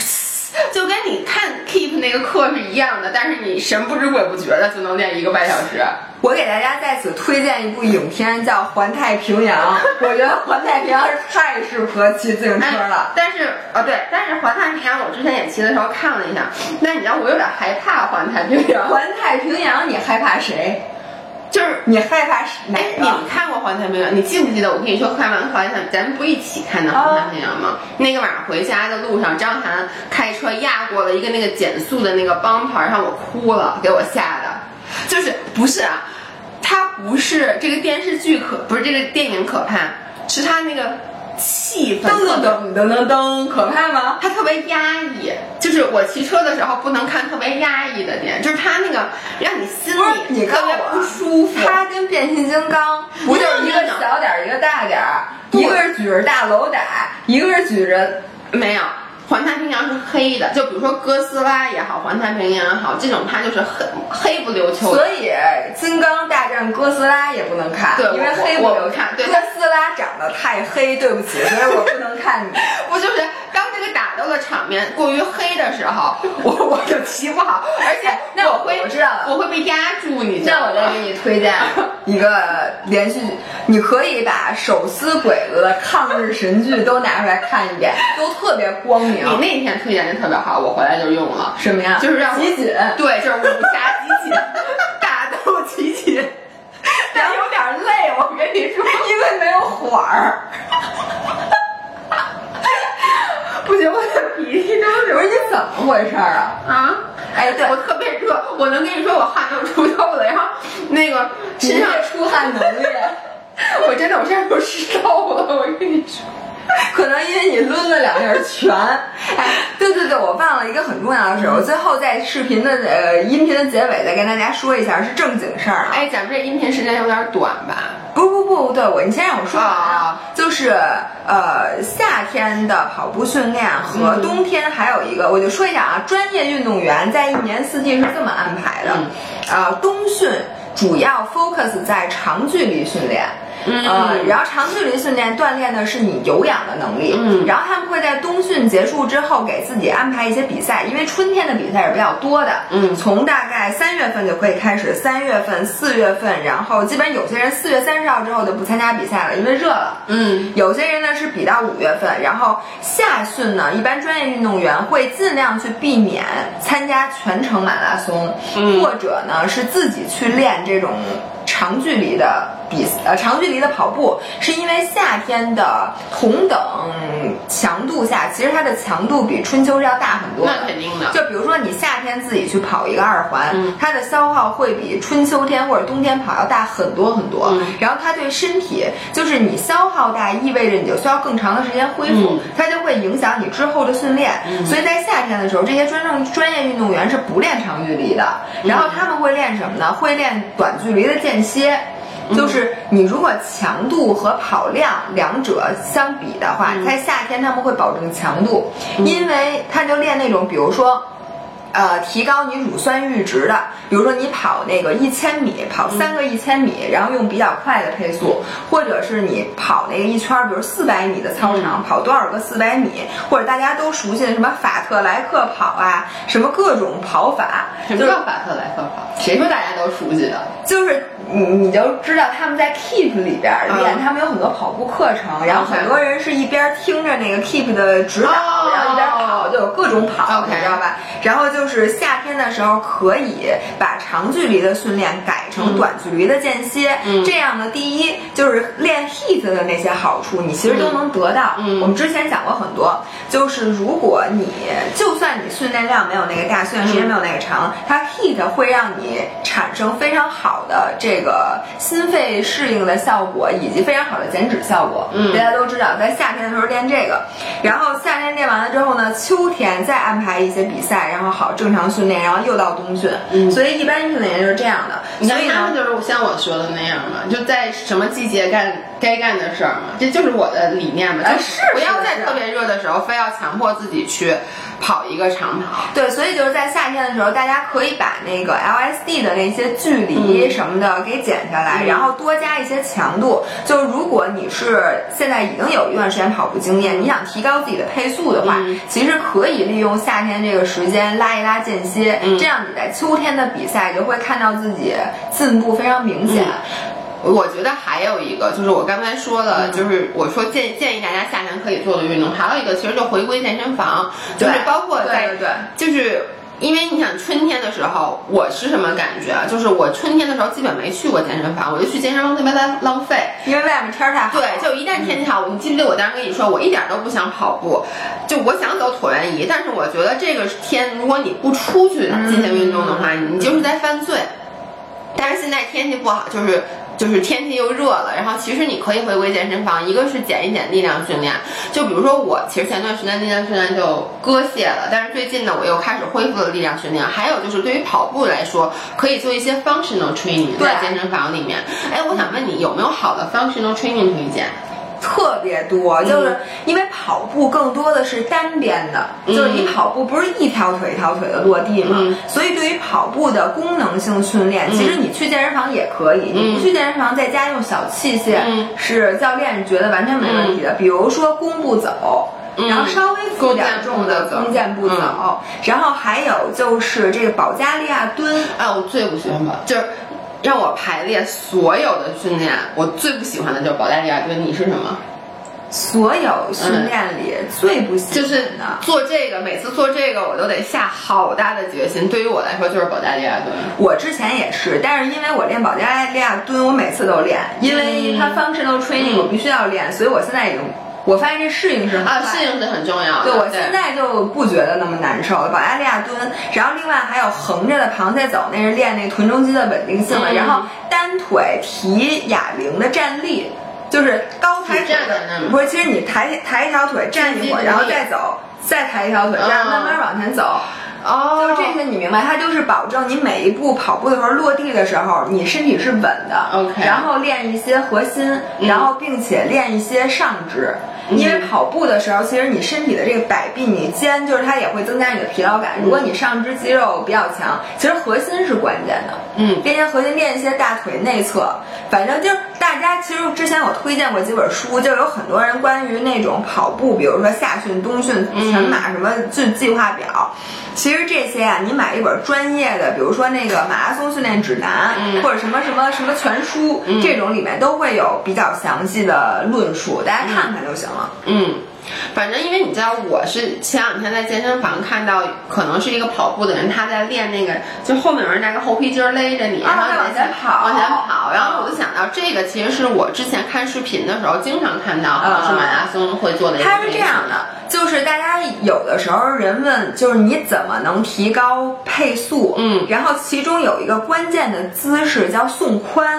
就跟你看 Keep 那个课是一样的，但是你神不知鬼不觉的就能练一个半小时。
我给大家在此推荐一部影片，叫《环太平洋》。我觉得《环太平洋》是太适合骑自行车了。
但是啊、对，但是环太平洋我之前也骑的时候看了一下，但你知道我有点害怕环太平洋，
环太平洋，你害怕谁？
就是
你害怕哪
哎，你
个？
们看过《环太平洋》？你记不记得我跟你说看完《环太平洋》，咱们不一起看的《环太平洋》吗？
哦
那个晚上回家的路上，张涵开车压过了一个那个减速的那个帮牌，让我哭了，给我吓的。就是不是啊？它不是这个电视剧可不是这个电影可怕，是它那个气氛
噔
特
噔
别
噔噔噔噔，可怕吗？
它特别压抑。就是我骑车的时候不能看特别压抑的点，就是它那个让你心
不是
里
你看
特别
我啊
不舒服。
它跟变形金刚不就是一个小点儿一个大点儿，
对
一个是举着大楼打，一个是举着
没有，环太平洋是黑的，就比如说哥斯拉也好，环太平洋也好，这种它就是很黑不溜秋的。
所以《金刚大战哥斯拉》也不能看，
对
因为
我
黑
我
流
我看对
哥斯拉长得太黑，对不起，所以我不能看你。
不就是当这个打斗的的场面过于黑的时候，我 (laughs) 我就骑不好，而且
哎那
我会
我知道了
我会被压住，你知道吗
那我再给你推荐 (laughs) 一个连续剧，你可以把手撕鬼子的抗日神剧都拿出来看一
(laughs)
遍，都特别光明。
你那天推荐的特别好，我回来就用了。
什么呀？
就是啊让我 (laughs)
集锦，
对，就是武侠集锦， (laughs) 打斗集锦，但有点累，我跟你说。
因为没有缓儿。
(laughs) 不行，我的鼻涕都
我说你怎么回事儿啊？
啊！
哎，对
我，特别热，我能跟你说我汗都出透了，然后那个身
身
上
上，出汗能力，
我真的我身上都湿透了，我跟你说。
(laughs) 可能因为你抡了两下拳。 (laughs) 嗯哎，对对对，我忘了一个很重要的事儿，我最后在视频的呃音频的结尾再跟大家说一下，是正经事儿啊。
哎，咱们这音频时间有点短吧？
不不不，对我，你先让我说完
啊
啊。就是呃，夏天的跑步训练和冬天还有一个，我就说一下啊，专业运动员在一年四季是这么安排的，呃，冬训主要 focus 在长距离训练。呃，然后长距离训练锻炼的是你有氧的能力，
嗯
然后他们会在冬训结束之后给自己安排一些比赛，因为春天的比赛是比较多的，
嗯
从大概三月份就可以开始，三月份、四月份，然后基本上有些人四月三十号之后就不参加比赛了，因为热了。
嗯，
有些人呢是比到五月份，然后夏训呢，一般专业运动员会尽量去避免参加全程马拉松，
嗯
或者呢是自己去练这种长距离的比呃长距离的跑步，是因为夏天的同等强度下，其实它的强度比春秋是要大很多的。
那肯定的。
就比如说你夏天自己去跑一个二环，
嗯
它的消耗会比春秋天或者冬天跑要大很多很多。
嗯
然后它对身体，就是你消耗大，意味着你就需要更长的时间恢复，
嗯
它就会影响你之后的训练。所以在夏天的时候，这些专正专业运动员是不练长距离的，然后他们会练什么呢？会练短距离的间歇。就是你如果强度和跑量两者相比的话，在夏天他们会保证强度，因为他就练那种，比如说。呃，提高你乳酸阈值的，比如说你跑那个一千米，跑三个一千米，然后用比较快的配速，或者是你跑那个一圈儿，比如四百米的操场，跑多少个四百米，或者大家都熟悉的什么法特莱克跑啊，什么各种跑法，
什么叫法特莱克跑？谁说大家都熟悉的？
就是你你就知道他们在 Keep 里边儿练，
嗯
他们有很多跑步课程，然后
OK
很多人是一边听着那个 Keep 的指导，
哦
然后一边跑，就有各种跑
OK
你知道吧？然后就是夏天的时候可以把长距离的训练改成短距离的间歇，
嗯
这样呢，第一就是练 HEAT 的那些好处，你其实都能得到。
嗯
我们之前讲过很多，就是如果你就算你训练量没有那个大，训练时间没有那个长，它 HEAT 会让你产生非常好的这个心肺适应的效果，以及非常好的减脂效果。
嗯
大家都知道，在夏天的时候练这个，然后夏天练完了之后呢，秋天再安排一些比赛，然后好正常训练，然后又到冬训。
嗯
所以一般运动员就是这样的。
你
所
看
以
他们
呢，
就是像我说的那样嘛，就在什么季节干该干的事儿嘛，这就是我的理念嘛，
啊
就是不要
是
在
是
特别热的时候非要强迫自己去跑一个长跑。
对，所以就是在夏天的时候，大家可以把那个 LSD 的那些距离什么的给减下来，
嗯
然后多加一些强度。就如果你是现在已经有一段时间跑步经验，你想提高自己的配速的话，
嗯
其实可以利用夏天这个时间拉一拉间歇，
嗯
这样你在秋天的比赛就会看到自己进步非常明显。
我觉得还有一个就是我刚才说了，
嗯
就是我说建建议大家夏天可以做的运动，还有一个其实就回归健身房，就是
对
包括
对
在
对对
就是。因为你想春天的时候，我是什么感觉啊？就是我春天的时候基本没去过健身房，我就去健身房特别浪浪费。
因为外面天儿太好，
对，就一旦天气好，你记不记得我当时跟你说，我一点都不想跑步，就我想走椭圆仪，但是我觉得这个天，如果你不出去
嗯
进行运动的话，你就是在犯罪。但是现在天气不好，就是。就是天气又热了，然后其实你可以回归健身房，一个是减一减力量训练，就比如说我其实前段时间力量训练就搁懈了，但是最近呢我又开始恢复了力量训练。还有就是对于跑步来说，可以做一些 functional training
对
在健身房里面。哎，我想问你有没有好的 functional training 推荐？
特别
嗯
多，就是因为跑步更多的是单边的，
嗯
就是你跑步不是一条腿一条腿的落地嘛，
嗯
所以对于跑步的功能性训练，
嗯
其实你去健身房也可以，你不去健身房，在家用小器械、
嗯
是教练觉得完全没问题的，比如说弓步走。然后稍微负点重的
嗯
弓箭步走。然后还有就是这个保加利亚蹲，
哎，我最不喜欢保，就是让我排列所有的训练，我最不喜欢的就是保加利亚蹲。你是什么？
所有训练里最不喜
就
欢的。
是做这个，每次做这个我都得下好大的决心。对于我来说，就是保加利亚蹲。
我之前也是，但是因为我练保加利亚蹲，我每次都练，因为它
嗯
functional training 我必须要练，所以我现在已经，我发现这适应是很
啊，
快
适应是很重要的。
对，我现在就不觉得那么难受了。保加利亚蹲，然后另外还有横着的螃蟹走，那是练那个臀中肌的稳定性的。
嗯
然后单腿提哑铃的站立，就是高抬腿
站着那种
不是，其实你抬抬一条腿站一会儿，
肌力
然后再走，再抬一条腿，这样
嗯
慢慢往前走。
哦
就，这些你明白，它就是保证你每一步跑步的时候落地的时候，你身体是稳的。
OK
然后练一些核心，
嗯
然后并且练一些上肢。因为跑步的时候，其实你身体的这个摆臂、你肩，就是它也会增加你的疲劳感。如果你上肢肌肉比较强，其实核心是关键的。
嗯
练一些核心，练一些大腿内侧，反正就是大家其实之前我推荐过几本书，就有很多人关于那种跑步，比如说夏训、冬训、
嗯
全马什么就计划表。其实这些啊，你买一本专业的，比如说那个马拉松训练指南，
嗯
或者什么什么什么全书，这种里面都会有比较详细的论述，大家看看就行了。
嗯，反正因为你知道，我是前两天在健身房看到，可能是一个跑步的人，他在练那个，就后面有人拿个猴皮筋儿勒着你，
啊
然后你
往前跑哦
往前跑。然后我就想到，这个其实是我之前看视频的时候经常看到，好像是马拉松会做的一个。
嗯它是这样的，就是大家有的时候人问，就是你怎么能提高配速？
嗯
然后其中有一个关键的姿势叫送髋。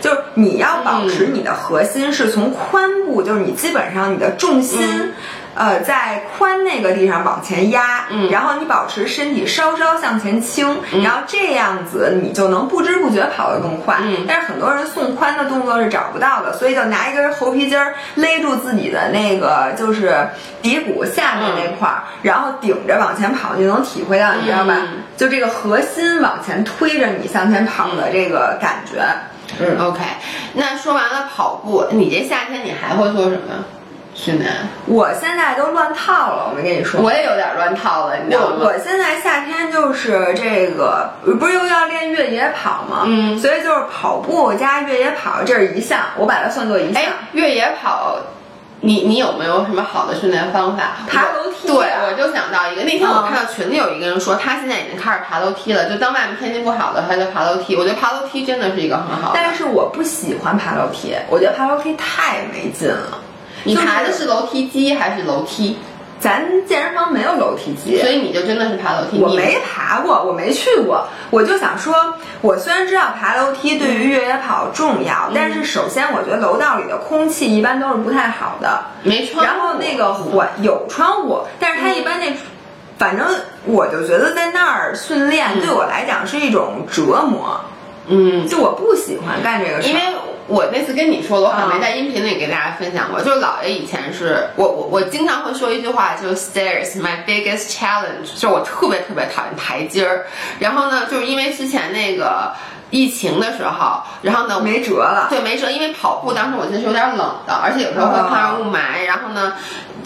就是你要
嗯
保持你的核心是从髋部，就是你基本上你的重心，
嗯
呃，在髋那个地方往前压，
嗯
然后你保持身体稍稍向前倾，然后这样子你就能不知不觉跑得更快。
嗯
但是很多人送髋的动作是找不到的，所以就拿一根猴皮筋儿勒住自己的那个就是骶骨下面那块儿，然后顶着往前跑，你就能体会到，你知道吧？
嗯
就这个核心往前推着你向前跑的这个感觉。嗯
OK，那说完了跑步，你这夏天你还会做什么训练？
我现在都乱套了，我没跟你说。
我也有点乱套了，你知道
我
吗？
我现在夏天就是这个，不是又要练越野跑吗？
嗯
所以就是跑步加越野跑，这是一项，我把它算作一项
哎。，越野跑，你你有没有什么好的训练方法？
爬楼梯
对，
啊
我就想到一个，那天我
嗯
看到群里有一个人说，他现在已经开始爬楼梯了，就当外面天气不好的时候，他就爬楼梯。我觉得爬楼梯真的是一个很好的。
但是我不喜欢爬楼梯，我觉得爬楼梯太没劲了。
你
就是
爬的是楼梯机还是楼梯？
咱健身房没有楼梯机
所，以你就真的是爬楼梯。
我
你
没爬过，我没去过。我就想说，我虽然知道爬楼梯对于越野跑重
嗯
要，但是首先我觉得楼道里的空气一般都是不太好的。
没穿过。
然后那个环有窗户，但是它一般那，反正我就觉得在那儿训练对我来讲是一种折磨，
嗯，
就我不喜欢干这个事
因为
儿。
我那次跟你说了，我好像
啊
没在音频里给大家分享过。就是姥爷以前是我我我经常会说一句话，就是 stairs my biggest challenge，就是我特别特别讨厌台阶儿。然后呢，就是因为之前那个疫情的时候，然后呢，
没辙了，
对，没辙，因为跑步当时我觉得是有点冷的，而且有时候会碰上雾霾，然后呢，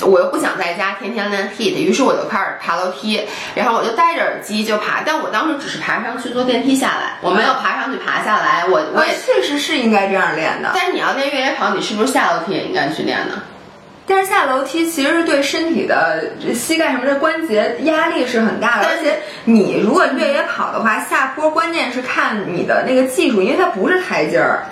我又不想在家天天练 HIIT，于是我就开始爬楼梯，然后我就戴着耳机就爬，但我当时只是爬上去坐电梯下来，我没有爬上去爬下来，我我
我
也。
确实是应该这样练的。
但是你要练越野跑，你是不是下楼梯也应该去练呢？
但是下楼梯其实是对身体的这膝盖什么的关节压力是很大的，
但
而
是
且你如果越野跑的话，下坡关键是看你的那个技术，因为它不是台阶儿，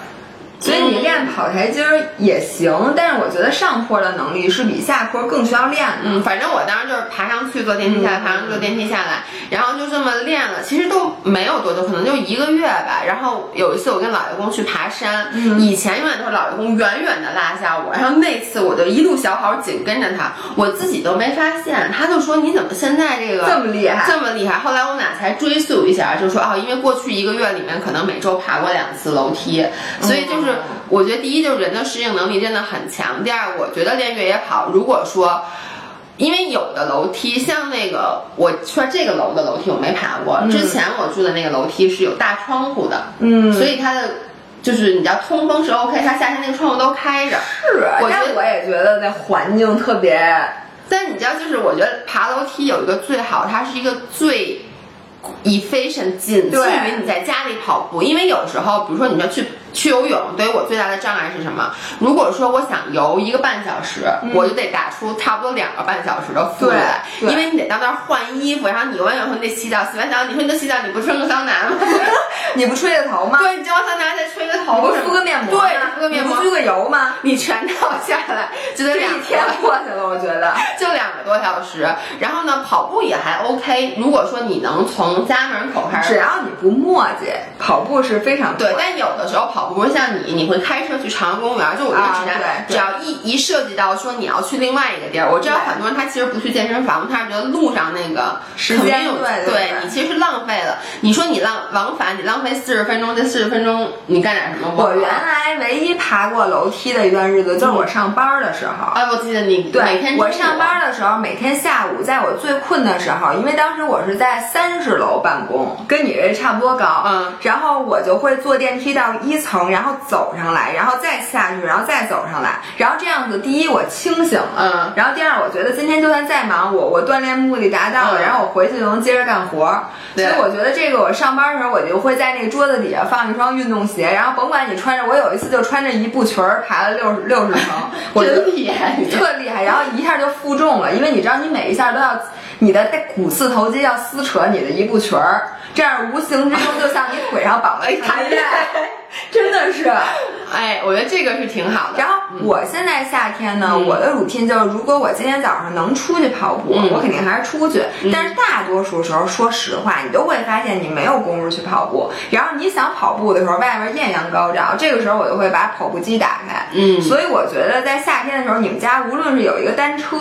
所以你
嗯
练跑台阶儿也行。但是我觉得上坡的能力是比下坡更需要练的。
嗯，反正我当时就是爬上去坐电梯下来，
嗯
爬上去坐电梯下来，然后就这么练了，其实都没有多久，可能就一个月吧。然后有一次我跟老爷公去爬山，
嗯
以前永远都是老爷公远远的拉下我，然后那次我就一路小跑紧跟着他，我自己都没发现，他就说你怎么现在这个
这么厉害
这么厉害？后来我们俩才追溯一下，就说哦，因为过去一个月里面可能每周爬过两次楼梯，
嗯
所以就是我觉得第一就是人的适应能力真的很强，第二我觉得练越野跑，如果说。因为有的楼梯，像那个我说这个楼的楼梯我没爬过，之前我住的那个楼梯是有大窗户的，
嗯
所以它的就是你知道通风是 OK，它夏天那个窗户都开着，
是，啊
我觉
但
得
我也觉得那环境特别
但你知道，就是我觉得爬楼梯有一个最好，它是一个最 efficient，仅次
对
于你在家里跑步。因为有时候，比如说你说去去游泳，对于我最大的障碍是什么？如果说我想游一个半小时，我就得打出差不多两个半小时的负来，
嗯对对
因为你得到那儿换衣服，然后你游完泳后你得洗澡，洗完澡你说你都洗澡，你不冲个桑
(laughs)
拿吗？
你不吹个头吗？
对，你就往桑拿再吹个
你
头
不
什么的，
敷个面膜吗？啊
对，敷个面膜
你不，焗个油吗？
你全套下来就得
这
两
一天
个
过去了，我觉得。
(laughs) 就两个多小时，然后呢，跑步也还 OK。如果说你能从家门口开
只
始，
要你不磨叽，跑步是非常
对，但有的时候跑步，不是像你，你会开车去朝阳公园，就我觉得
啊
只要、
对对
只要一一涉及到说你要去另外一个地儿，我知道
对
很多人他其实不去健身房，他是觉得路上那个
时间
commute，
对
对
对对
你其实浪费了。你说你浪往返，你浪费四十分钟，这四十分钟你干点什么？
我原来唯一爬过楼梯的一段日子，就是
嗯
我上班的时候。
哎，我记得你
对，
每天
我
中午
上班的时候，每天下午，在我最困的时候，因为当时我是在三十楼办公，跟你这差不多高，
嗯
然后我就会坐电梯到一层，然后走上来，然后再下去，然后再走上来，然后这样子，第一我清醒了，
嗯
然后第二我觉得今天就算再忙，我我锻炼目的达到了，
嗯
然后我回去就能接着干活儿，所
对
以我觉得这个我上班的时候，我就会在那个桌子底下放一双运动鞋，然后甭管你穿着，我有一次就穿着一步裙儿爬了六十六十层，
(laughs)
我觉得
真厉 (laughs) 害，你
特厉害，然后一下就负重了，因为你知道，你每一下都要你的股四头肌要撕扯你的一步裙儿，这样无形之中就像你腿上绑了一
(laughs)
条带，真的是。
哎，我觉得这个是挺好的。
然后我现在夏天呢，我的 routine 就是，如果我今天早上能出去跑步，
嗯
我肯定还是出去。但是大多数时候，说实话，你都会发现你没有功夫去跑步。然后你想跑步的时候，外面艳阳高照，这个时候我就会把跑步机打开。
嗯
所以我觉得在夏天的时候，你们家无论是有一个单车，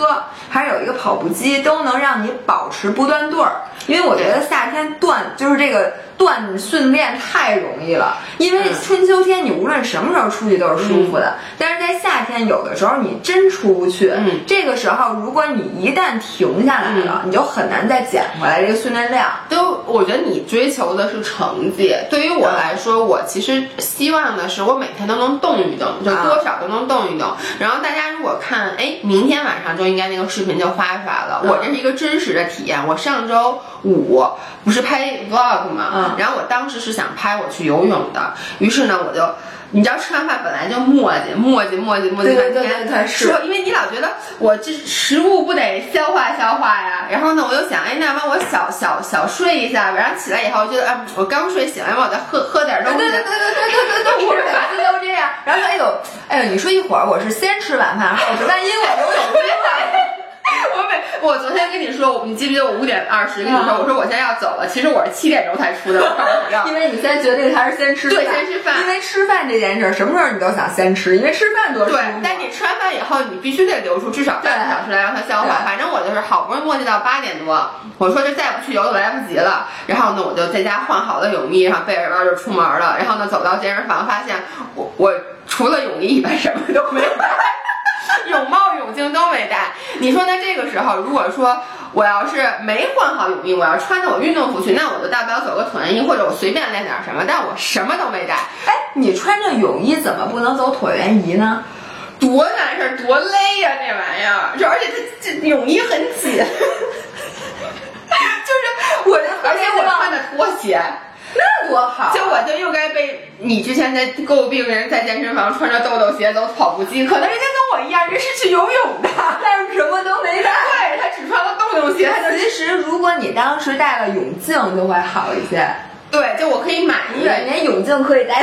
还是有一个跑步机，都能让你保持不断队儿。因为我觉得夏天断就是这个断训练太容易了，因为
嗯
春秋天你无论什么时候出去都是舒服的，但是在夏天有的时候你真出不去，
嗯
这个时候如果你一旦停下来了，你就很难再捡回来这个训练量。
都，我觉得你追求的是成绩。对于
嗯
我来说，我其实希望的是我每天都能动一动，就
啊
多少都能动一动。然后大家如果看，哎，明天晚上就应该那个视频就发出来了。
嗯
我这是一个真实的体验。我上周五不是拍 vlog 嘛，
嗯
然后我当时是想拍我去游泳的，于是呢，我就。你知道吃完饭本来就磨叽磨叽磨叽磨叽
对
半
对
天，
对对是
说因为你老觉得我这食物不得消化消化呀，然后呢，我又想，哎，那要不然我小小小睡一下吧，然后起来以后，我觉得，哎，我刚睡醒，要不然我再喝喝点东西。
对对对对，我每次都这样。 (laughs) 然后说哎呦哎呦，你说一会儿我是先吃晚饭，还是万一我游泳晕了？
(laughs) 我每我昨天跟你说，我你记不记得我五点二十跟你
啊
说，我说我现在要走了，其实我是七点钟才出的，我告诉你要
因为你先决定还是先吃
对先吃饭
因为吃饭这件事儿，什么时候你都想先吃，因为吃饭多舒服
对，但你吃完饭以后，你必须得留出至少半个小时来让它消化。
对
反正我就是好不容易磨叽到八点多，我说这再不去游就来不及了。然后呢，我就在家换好了泳衣，然后背着包就出门了。然后呢，走到健身房，发现我我除了泳衣以外什么都没带， (laughs) 泳帽、泳镜都没带。你说呢？这个时候如果说。我要是没换好泳衣，我要穿着我运动服去，那我就大不了走个椭圆仪，或者我随便练点什么。但我什么都没带，
哎，你穿着泳衣怎么不能走椭圆仪呢？
多难事儿，多累呀、这玩意儿，就而且它这泳衣很紧， (laughs) 就是我，而且我穿的拖鞋，啊
那多好
就我就又该被你之前在诟病人在健身房穿着豆豆鞋走跑步机，可能人家跟我一样，人是去游泳的， (laughs)
但是什么都没带。
对他只穿了豆豆鞋，他就
其实，如果你当时戴了泳镜，就会好一些。
对，就我可以满意。
对，连泳镜可
(laughs)
以戴。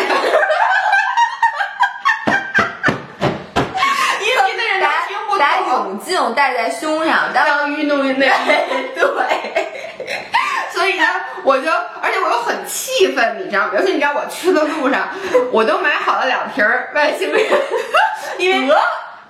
因为那人家听不
把
懂。
泳镜戴在胸上，当
当运动员那样。对。 (laughs) 所以呢，我就，而且我又很气愤，你知道吗？尤其你知道我去的路上，我都买好了两瓶儿外星人， (laughs) 因为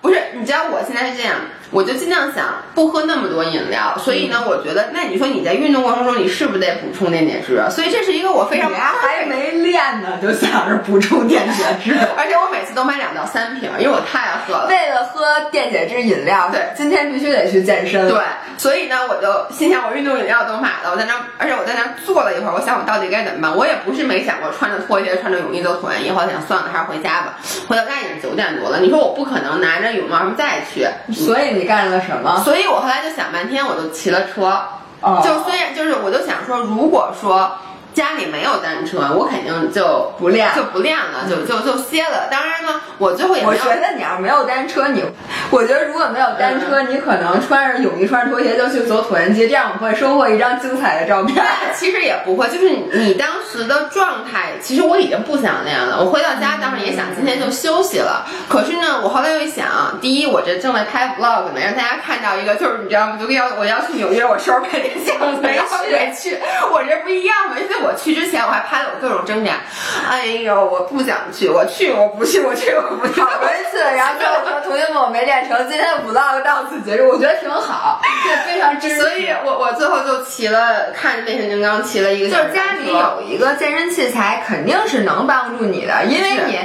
不是，你知道我现在是这样，我就尽量想不喝那么多饮料。所以呢，我觉得，那你说你在运动过程中，你是不是得补充电解质？啊所以这是一个我非常
(laughs) 你呀还没练呢，就想着补充电解质。
(laughs)
(laughs)
而且我每次都买两到三瓶儿，因为我太爱喝了。
为了喝电解质饮料，
对
今天必须得去健身。
对，所以呢，我就心想，我运动饮料都买了，我在那儿，而且我在那儿坐了一会儿，我想我到底该怎么办。我也不是没想过穿着拖鞋、穿着泳衣走椭圆仪，后来想算了，还是回家吧。回到家已经九点多了，你说我不可能拿着泳帽什么再去，
所以你己干了什么？
所以我后来就想半天，我就骑了车。
嗯哦
就虽然就是，我就想说，如果说家里没有单车，我肯定就
不练嗯
就不练了，就就就歇了。当然呢，我最后也
我
没有
觉得你要是没有单车，你，我觉得如果没有单车，
嗯
你可能穿着泳衣、穿着拖鞋就去走椭圆机，这样我会收获一张精彩的照片。 (laughs)
其实也不会，就是你当时的状态，其实我已经不想练了。我回到家当时也想今天就休息了，可是呢，我后来又一想，第一，我这正在拍 vlog 呢，让大家看到一个，就是你知道吗？就跟要我要去纽约，我收拾拍点相没没去，我这不一样嘛。因为我去之前我还拍了我各种挣扎，哎呦，我不想去，我去我不去，我去我不去，
好不容易去了，然后跟我说：“同学们，我没练成，今天的 vlog 到此结束。”我觉得挺好，这非常支持。
所以我我最后就骑了，看《变形金刚》骑了一个
就
小时车，
是家里有一个健身器材，肯定是能帮助你的，因为你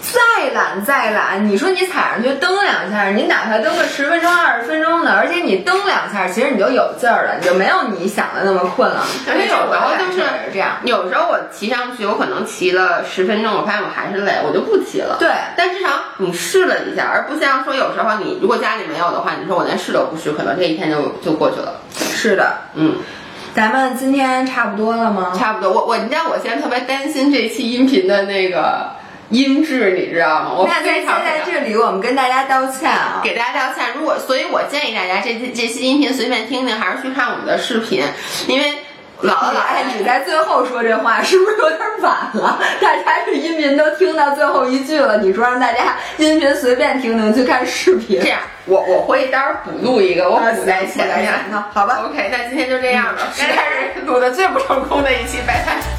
再懒再懒，你说你踩上去蹬两下，你哪怕蹬个十分钟、二十分钟的，而且你蹬两下，其实你就有劲儿了，你就没有你想的那么困了。啊
而且有时候就是
是这样，
有时候我骑上去，我可能骑了十分钟，我发现我还是累，我就不骑了。
对
但至少你试了一下，而不像说有时候你如果家里没有的话，你说我连试都不试，可能这一天就就过去了。
是的。
嗯，
咱们今天差不多了吗？
差不多。我我你知道我现在特别担心这期音频的那个音质，你知道吗？我
那在
非
现
常
在这里，我们跟大家道歉啊。
给大家道歉。如果，所以我建议大家这期这期音频随便听听，还是去看我们的视频，因为姥姥姥
哎 (laughs)
爷，
你在最后说这话是不是有点晚了？大家是音频都听到最后一句了，你说让大家音频随便听听，去看视频
这。样，我我回待会儿补录一个，我补在前面。
啊行补在前头好吧
(laughs) ？OK，那今天就这样了，
嗯
这是录的最不成功的一期，拜拜。